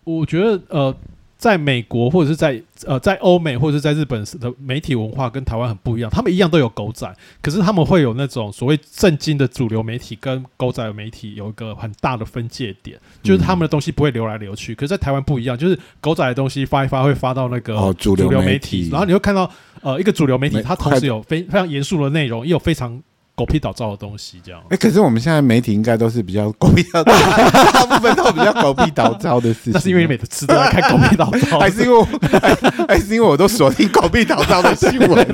Speaker 2: 我觉得呃，在美国或者是在呃在欧美或者是在日本的媒体文化跟台湾很不一样，他们一样都有狗仔，可是他们会有那种所谓正经的主流媒体跟狗仔媒体有一个很大的分界点，
Speaker 3: 嗯
Speaker 2: 就是他们的东西不会流来流去。可是，在台湾不一样，就是狗仔的东西发一发会发到那个
Speaker 3: 哦主
Speaker 2: 主
Speaker 3: 流
Speaker 2: 流
Speaker 3: 媒
Speaker 2: 媒
Speaker 3: 体
Speaker 2: 体，然后你会看到呃一个主流媒体，
Speaker 3: 没
Speaker 2: 它同时有非非常严肃的内容，也有非常狗屁倒灶的东西，这样。
Speaker 3: 哎、可是我们现在媒体应该都是比较狗屁倒灶，大 部分都比较狗屁倒灶的事情。
Speaker 2: 那是因为你每次都在看狗屁倒灶，
Speaker 3: 还是因为我 还还是因为我都锁定狗屁倒灶的新 闻。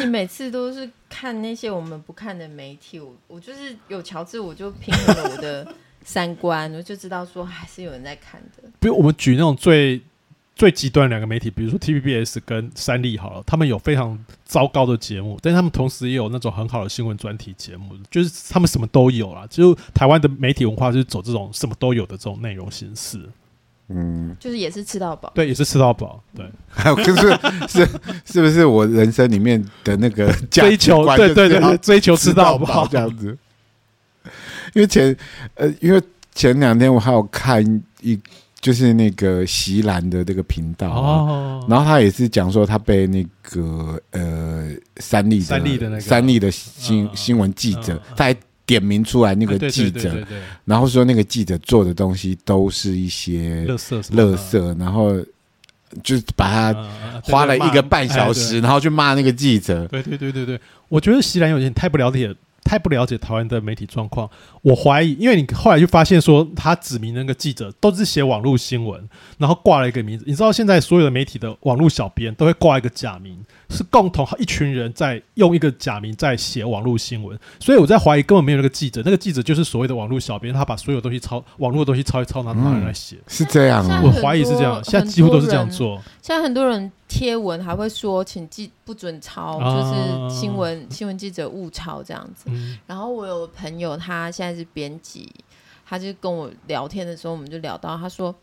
Speaker 1: 你每次都是看那些我们不看的媒体，我我就是有乔治，我就平衡了我 的三观，我就知道说还是有人在看的。
Speaker 2: 比如我们举那种最最极端的两个媒体，比如说 TVBS 跟三立好了，他们有非常糟糕的节目，但是他们同时也有那种很好的新闻专题节目，就是他们什么都有啦。就台湾的媒体文化就是走这种什么都有的这种内容形式，
Speaker 3: 嗯，
Speaker 1: 就是也是吃到饱，
Speaker 2: 对，也是吃到饱，对，
Speaker 3: 还有就是是是不是我人生里面的那个价值
Speaker 2: 追求，
Speaker 3: 观
Speaker 2: 对对
Speaker 3: 就是
Speaker 2: 对
Speaker 3: 要
Speaker 2: 对，追求吃到饱
Speaker 3: 饱，这样子。因为前呃，因为前两天我还有看一，就是那个席兰的这个频道、啊，
Speaker 2: 哦，
Speaker 3: 然后他也是讲说他被那个呃三立的
Speaker 2: 三立的那个
Speaker 3: 三立的新
Speaker 2: 嗯嗯
Speaker 3: 新闻记者
Speaker 2: 嗯嗯，
Speaker 3: 他还点名出来那个
Speaker 2: 啊对对
Speaker 3: 记
Speaker 2: 对
Speaker 3: 者
Speaker 2: 对，对
Speaker 3: 然后说那个记者做的东西都是一些
Speaker 2: 乐色
Speaker 3: 垃圾，然后就把他
Speaker 2: 他
Speaker 3: 花了一个半
Speaker 2: 哎
Speaker 3: 小时，然后去骂那个记者。
Speaker 2: 对对对对对，我觉得席兰有点太不了解，太不了解台湾的媒体状况。我怀疑，因为你后来就发现说，他指明那个记者都是写网络新闻，然后挂了一个名字。你知道现在所有的媒体的网络小编都会挂一个假名，是共同一群人在用一个假名在写网络新闻。所以我在怀疑根本没有那个记者，那个记者就是所谓的网络小编，他把所有东西抄网络的东西抄一抄，拿拿来写。
Speaker 3: 是这样
Speaker 1: 嗯
Speaker 3: 哦
Speaker 2: 我，怀疑是这样，现在几乎都是这样做。
Speaker 1: 现在很多人贴文还会说，请记不准抄，
Speaker 2: 啊
Speaker 1: 就是新闻新闻记者误抄这样子。
Speaker 2: 嗯，
Speaker 1: 然后我有朋友，他现在是编辑，他就跟我聊天的时候，我们就聊到，他说，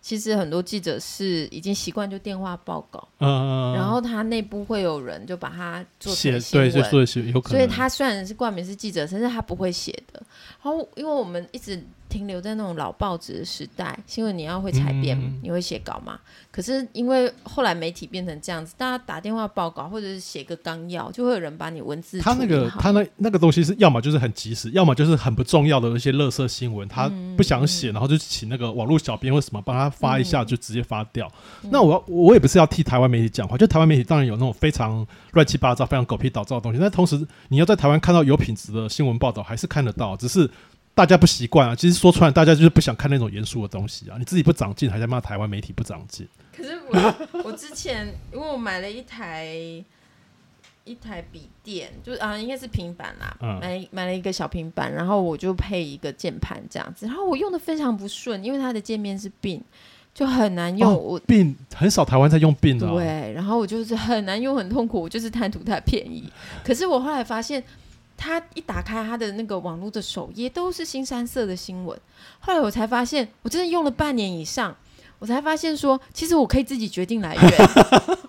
Speaker 1: 其实很多记者是已经习惯就电话报告，
Speaker 2: 嗯
Speaker 1: 然后他内部会有人就把它做
Speaker 2: 写
Speaker 1: 成新闻
Speaker 2: 对，，就做的有可
Speaker 1: 所以
Speaker 2: 能。
Speaker 1: 他虽然是冠名是记者，但是他不会写的。然后因为我们一直停留在那种老报纸的时代，新闻你要会采编，
Speaker 2: 嗯
Speaker 1: 你会写稿嘛？可是因为后来媒体变成这样子，大家打电话报告或者是写个纲要，就会有人把你文字
Speaker 2: 他那
Speaker 1: 处理
Speaker 2: 个
Speaker 1: 好
Speaker 2: 他那那个东西是要么就是很及时，要么就是很不重要的一些垃圾新闻，他
Speaker 1: 嗯
Speaker 2: 不想写，然后就请那个网络小编或什么帮他发一下，
Speaker 1: 嗯
Speaker 2: 就直接发掉。那我要我也不是要替台湾媒体讲话，就台湾媒体当然有那种非常乱七八糟、非常狗屁倒灶的东西，但同时你要在台湾看到有品质的新闻报道，还是看得到，只是。大家不习惯啊，其实说穿了，大家就是不想看那种严肃的东西啊。你自己不长进，还在骂台湾媒体不长进。
Speaker 1: 可是我我之前因为我买了一台一台笔电，就是啊应该是平板啦，
Speaker 2: 嗯
Speaker 1: 买买了一个小平板，然后我就配一个键盘这样子，然后我用的非常不顺，因为它的界面是病，就很难用。
Speaker 2: 哦
Speaker 1: 我
Speaker 2: 病很少，台湾在用病的、啊。
Speaker 1: 对，然后我就是很难用，很痛苦，我就是贪图它便宜。可是我后来发现，它一打开它的那个网络的首页都是新三色的新闻。后来我才发现，我真的用了半年以上，我才发现说，其实我可以自己决定来源，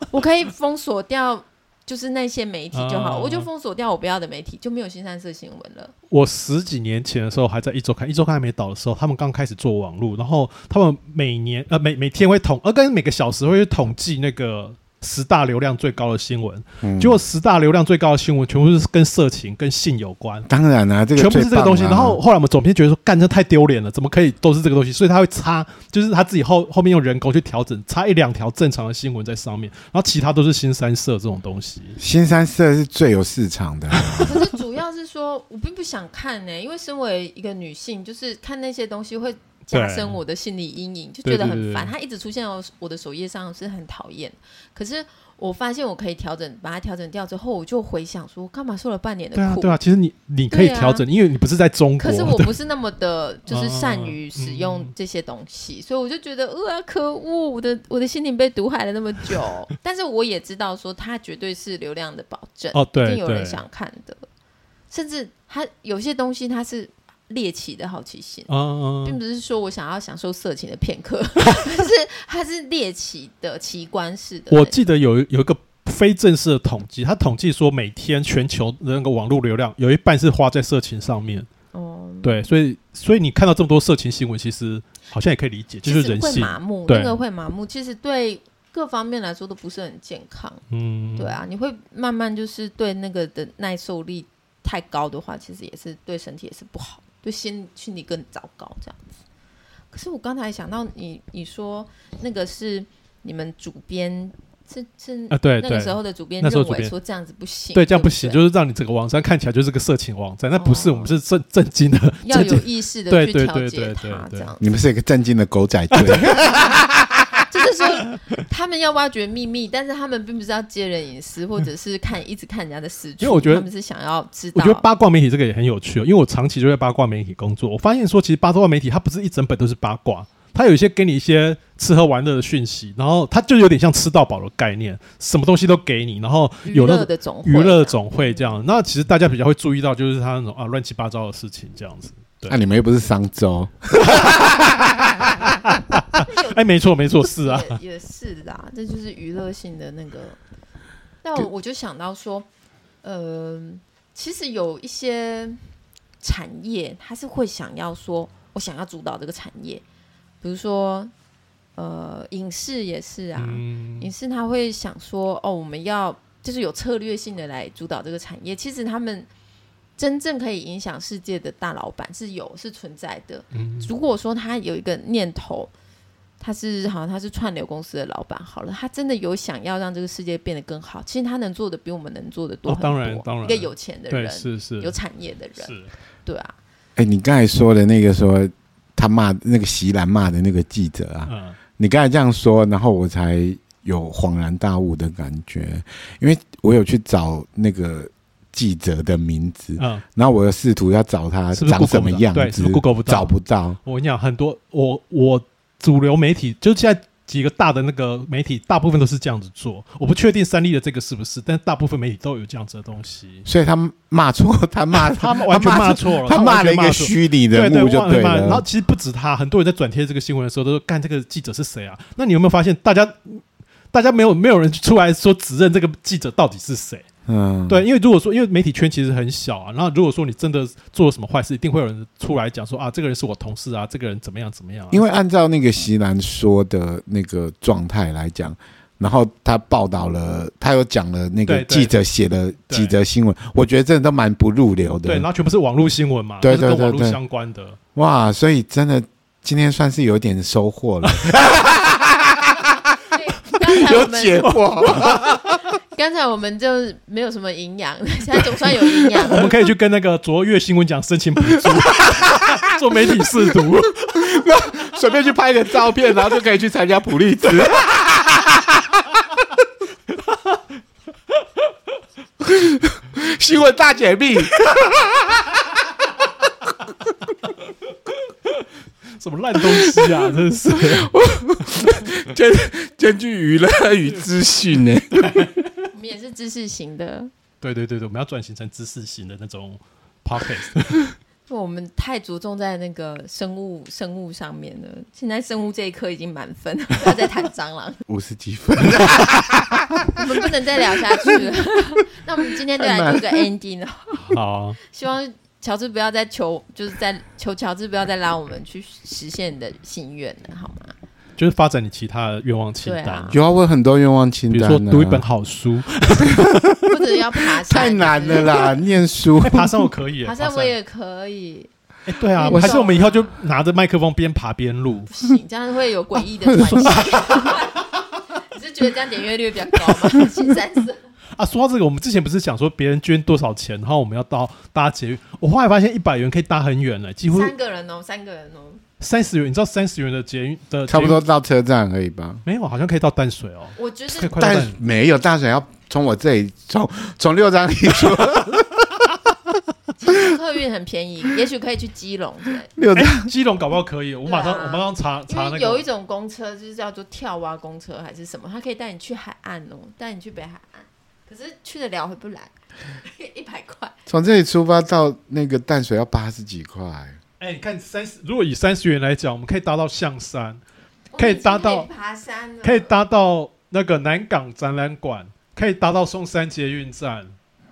Speaker 1: 我可以封锁掉。就是那些媒体就好，
Speaker 2: 啊
Speaker 1: 我就封锁掉我不要的媒体，就没有新三色新闻了。
Speaker 2: 我十几年前的时候还在一周刊，一周刊还没倒的时候，他们刚开始做网络，然后他们每年呃每每天会统呃跟每个小时会去统计那个十大流量最高的新闻，
Speaker 3: 嗯
Speaker 2: 结果十大流量最高的新闻全部是跟色情跟性有关。
Speaker 3: 当然啦、这个
Speaker 2: 全部是这
Speaker 3: 最
Speaker 2: 个
Speaker 3: 棒
Speaker 2: 东西，
Speaker 3: 啊
Speaker 2: 然后后来我们总编觉得说，干这太丢脸了，怎么可以都是这个东西？所以他会插，就是他自己后后面用人工去调整，插一两条正常的新闻在上面，然后其他都是新三色这种东西。
Speaker 3: 新三色是最有市场的啊、
Speaker 1: 可是主要是说，我并不想看呢、因为身为一个女性，就是看那些东西会加深我的心理阴影，就觉得很烦。
Speaker 2: 对对对对
Speaker 1: 它一直出现在我的首页上是很讨厌。可是我发现我可以调整，把它调整掉之后，我就回想说，我干嘛受了半年的
Speaker 2: 对啊，啊
Speaker 1: 苦？
Speaker 2: 对啊，其实你你可以
Speaker 1: 对啊
Speaker 2: 调整，因为你不是在中国，
Speaker 1: 可是我
Speaker 2: 对
Speaker 1: 不是那么的，就是善于使用这些东
Speaker 2: 嗯
Speaker 1: 西，所以我就觉得，呃，可恶，我的我的心灵被毒害了那么久。 但是我也知道说，它绝对是流量的保证。
Speaker 2: 哦，
Speaker 1: 一
Speaker 2: 对
Speaker 1: 定有人
Speaker 2: 对，
Speaker 1: 想看的，甚至他有些东西他是猎奇的好奇心，
Speaker 2: 嗯
Speaker 1: 并
Speaker 2: 嗯
Speaker 1: 不是说我想要享受色情的片 刻，可是它是猎奇的奇观式的那种。
Speaker 2: 我记得有有一个非正式的统计，他统计说每天全球的那个网络流量有一半是花在色情上面，
Speaker 1: 哦，
Speaker 2: 对，所以所以你看到这么多色情新闻，其实好像也可以理解，这
Speaker 1: 其
Speaker 2: 就
Speaker 1: 实
Speaker 2: 是人
Speaker 1: 会
Speaker 2: 性。
Speaker 1: 麻木，
Speaker 2: 对
Speaker 1: 那个会麻木，其实对各方面来说都不是很健康。
Speaker 2: 嗯，
Speaker 1: 对啊，你会慢慢就是对那个的耐受力太高的话，其实也是对身体也是不好，对心心理更糟糕这样子。可是我刚才想到你，你说那个是你们主编是是
Speaker 2: 啊，对
Speaker 1: 那个
Speaker 2: 对
Speaker 1: 时候的主编
Speaker 2: 那时候
Speaker 1: 认
Speaker 2: 主编
Speaker 1: 为说这样子不行，对，
Speaker 2: 对，这样不行，就是让你整个网站看起来就是个色情网站，那不是，
Speaker 1: 哦
Speaker 2: 我们是正正经的，
Speaker 1: 要
Speaker 2: 正
Speaker 1: 有
Speaker 2: 经
Speaker 1: 意识的
Speaker 2: 对
Speaker 1: 去
Speaker 2: 对
Speaker 1: 调
Speaker 2: 对
Speaker 1: 节
Speaker 2: 对对
Speaker 1: 它，
Speaker 2: 对
Speaker 1: 这样
Speaker 3: 你们是一个正经的狗仔队，
Speaker 1: 就是说他们要挖掘秘密，但是他们并不是要揭人隐私，或者是看一直看人家的私处，
Speaker 2: 因为我觉得
Speaker 1: 他们是想要知
Speaker 2: 我
Speaker 1: 道，
Speaker 2: 觉得八卦媒体这个也很有趣、哦，因为我长期就在八卦媒体工作，我发现说其实八卦媒体它不是一整本都是八卦，它有一些给你一些吃喝玩乐的讯息，然后它就有点像吃到饱的概念，什么东西都给你，然后
Speaker 1: 娱
Speaker 2: 有那
Speaker 1: 乐
Speaker 2: 种
Speaker 1: 的总会啊
Speaker 2: 娱
Speaker 1: 这
Speaker 2: 乐
Speaker 1: 样
Speaker 2: 总会这样。那其实大家比较会注意到就是它那种啊乱七八糟的事情这样子。
Speaker 3: 那、啊你们又不是商周，
Speaker 2: 哎，没错没错，是啊，
Speaker 1: 也也是啦，这就是娱乐性的那个。那我
Speaker 3: 就
Speaker 1: 我就想到说，呃，其实有一些产业，它是会想要说，我想要主导这个产业，比如说，呃，影视也是啊，
Speaker 2: 嗯，
Speaker 1: 影视他会想说，哦，我们要就是有策略性的来主导这个产业。其实他们真正可以影响世界的大老板是有是存在的。
Speaker 2: 嗯
Speaker 1: 如果说他有一个念头，他是好像他是串流公司的老板，好了，他真的有想要让这个世界变得更好，其实他能做的比我们能做的多
Speaker 2: 哦
Speaker 1: 很多。
Speaker 2: 当然当然
Speaker 1: 一个有钱的
Speaker 2: 对，
Speaker 1: 人，
Speaker 2: 是是
Speaker 1: 有产业的人，
Speaker 2: 是，
Speaker 1: 对啊，
Speaker 3: 哎、你刚才说的那个说他骂那个席兰骂的那个记者啊，
Speaker 2: 嗯
Speaker 3: 你刚才这样说，然后我才有恍然大悟的感觉，因为我有去找那个记者的名字，
Speaker 2: 嗯，
Speaker 3: 然后我又试图要找他
Speaker 2: 是不是
Speaker 3: 嗯长什么
Speaker 2: Google 不到
Speaker 3: 样
Speaker 2: 对是
Speaker 3: 子
Speaker 2: 不是 Google 不到
Speaker 3: 找不到。
Speaker 2: 我跟你讲，很多我我主流媒体，就现在几个大的那个媒体，大部分都是这样子做。我不确定三立的这个是不是，但大部分媒体都有这样子的东西。
Speaker 3: 所以他骂 错，他骂
Speaker 2: 他们完全骂错了，
Speaker 3: 他
Speaker 2: 骂
Speaker 3: 骂了一个
Speaker 2: 虚
Speaker 3: 虚拟人物就
Speaker 2: 对忘了
Speaker 3: 对
Speaker 2: 骂然后
Speaker 3: 了。
Speaker 2: 其实不止他，很多人在转贴这个新闻的时候都说：“干，这个记者是谁啊？”那你有没有发现，大家大家没有没有人出来说指认这个记者到底是谁？
Speaker 3: 嗯，
Speaker 2: 对，因为如果说因为媒体圈其实很小啊，然后如果说你真的做了什么坏事，一定会有人出来讲说啊，这个人是我同事啊，这个人怎么样怎么样、啊。
Speaker 3: 因为按照那个席兰说的那个状态来讲，然后他报道了，他有讲了那个
Speaker 2: 对对
Speaker 3: 记者写的
Speaker 2: 对
Speaker 3: 几则新闻，我觉得真的都蛮不入流
Speaker 2: 对，
Speaker 3: 的
Speaker 2: 然。后全部是网络新闻嘛，
Speaker 3: 对
Speaker 2: 都是
Speaker 3: 对
Speaker 2: 跟网
Speaker 3: 对
Speaker 2: 络
Speaker 3: 对
Speaker 2: 相关的。
Speaker 3: 哇，所以真的今天算是有点收获 了，
Speaker 1: 所以刚才我们
Speaker 3: 惑。
Speaker 1: 刚才我们就没有什么营养， 现在总算有营养
Speaker 2: 我
Speaker 1: 了
Speaker 2: 们。可以去跟那个卓越新闻奖申请补助， 做媒体试读。
Speaker 3: 随便去拍个照片，然后就可以去参加普 利兹。新闻大解密，
Speaker 2: 什么烂东西 啊！真是，
Speaker 3: 兼兼具娱乐与资讯呢。
Speaker 1: 我们也是知识型的，
Speaker 2: 对对对对，我们要转型成知识型的那种 podcast。
Speaker 1: 因为我们太着重在那个生物生物上面了。现在生物这一科已经满分了， 不要再谈蟑螂，
Speaker 3: 五十几分，
Speaker 1: 我们不能再聊下去了。 那我们今天就来做个 ending 哦，
Speaker 2: 啊 好，
Speaker 1: 希望乔治不要再求，就是在求乔治不要再拉我们去实现你的心愿了，好吗？
Speaker 2: 就是发展你其他的愿望清
Speaker 1: 对
Speaker 2: 单
Speaker 1: 啊，
Speaker 3: 有啊，我有很多愿望清
Speaker 2: 比如
Speaker 3: 单、
Speaker 2: 说
Speaker 3: 啊，
Speaker 2: 读一本好书。
Speaker 1: 或者要爬山，
Speaker 3: 太难 了。啦，念书
Speaker 2: 哎，。爬山我可以 耶，
Speaker 1: 爬山我也可以，
Speaker 2: 哎对啊
Speaker 1: 运，动
Speaker 2: 还是我们以后就拿着麦克风边爬边录
Speaker 1: 不。行，这样会有诡异的 传奇。 你是觉得这样点阅率比较高吗？ 新三色。
Speaker 2: 啊，说到这个，我们之前不是讲说别人捐多少钱，然后我们要到搭捷运，我后来发现一百元可以搭很远了，几乎
Speaker 1: 三个人哦，三个人哦，
Speaker 2: 三十元，你知道三十元的捷运的
Speaker 3: 差不多
Speaker 2: 捷运
Speaker 3: 到车站而已吧。
Speaker 2: 没有，好像可以到淡水哦，
Speaker 1: 我觉
Speaker 2: 这个
Speaker 1: 得
Speaker 2: 快到淡
Speaker 3: 但
Speaker 2: 水。
Speaker 3: 没有大水要从我这里从从六张里 出
Speaker 1: 客运很便宜，也许可以去基隆之类的。
Speaker 3: 六张，
Speaker 2: 哎，基隆搞不好可以，我马上
Speaker 1: 对啊
Speaker 2: 我马上查查
Speaker 1: 因
Speaker 2: 那
Speaker 1: 为有一
Speaker 2: 个。
Speaker 1: 种公车就是叫做跳蛙公车还是什么，它可以带你去海岸哦，带你去北海岸，可是去得了回不来， 一百块。
Speaker 3: 从这里出发到那个淡水要八十几块。
Speaker 2: 哎，你看三十，如果以三十元来讲，我们可以搭到象山， 可以搭到
Speaker 1: 我们已经可以爬山了，
Speaker 2: 可以搭到那个南港展览馆，可以搭到松山捷运站，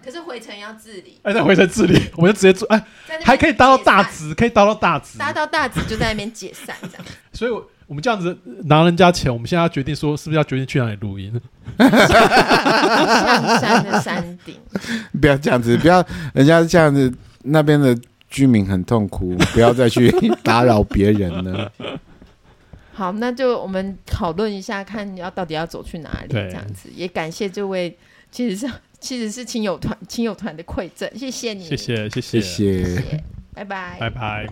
Speaker 1: 可是回程要自理，
Speaker 2: 哎，再回程自理， 我们就直接做，哎，
Speaker 1: 在那边
Speaker 2: 还可以搭到大
Speaker 1: 解散，
Speaker 2: 直，可以搭到大直，
Speaker 1: 搭到大直就在那边解散这样。
Speaker 2: 所以我我们这样子拿人家钱，我们现在要决定说是不是要决定去哪里录
Speaker 1: 嗯
Speaker 2: 音？
Speaker 1: 象山的山顶，
Speaker 3: 不要这样子，不要人家这样子，那边的居民很痛苦，不要再去 打扰别人了。
Speaker 1: 好，那就我们讨论一下，看要到底要走去哪里
Speaker 2: 对
Speaker 1: 这样子。也感谢这位，其实是其实是亲友团亲友团的馈赠，谢谢你，
Speaker 2: 谢，谢谢
Speaker 3: 谢
Speaker 2: 谢，
Speaker 3: 谢。
Speaker 1: 拜拜，
Speaker 2: 拜拜。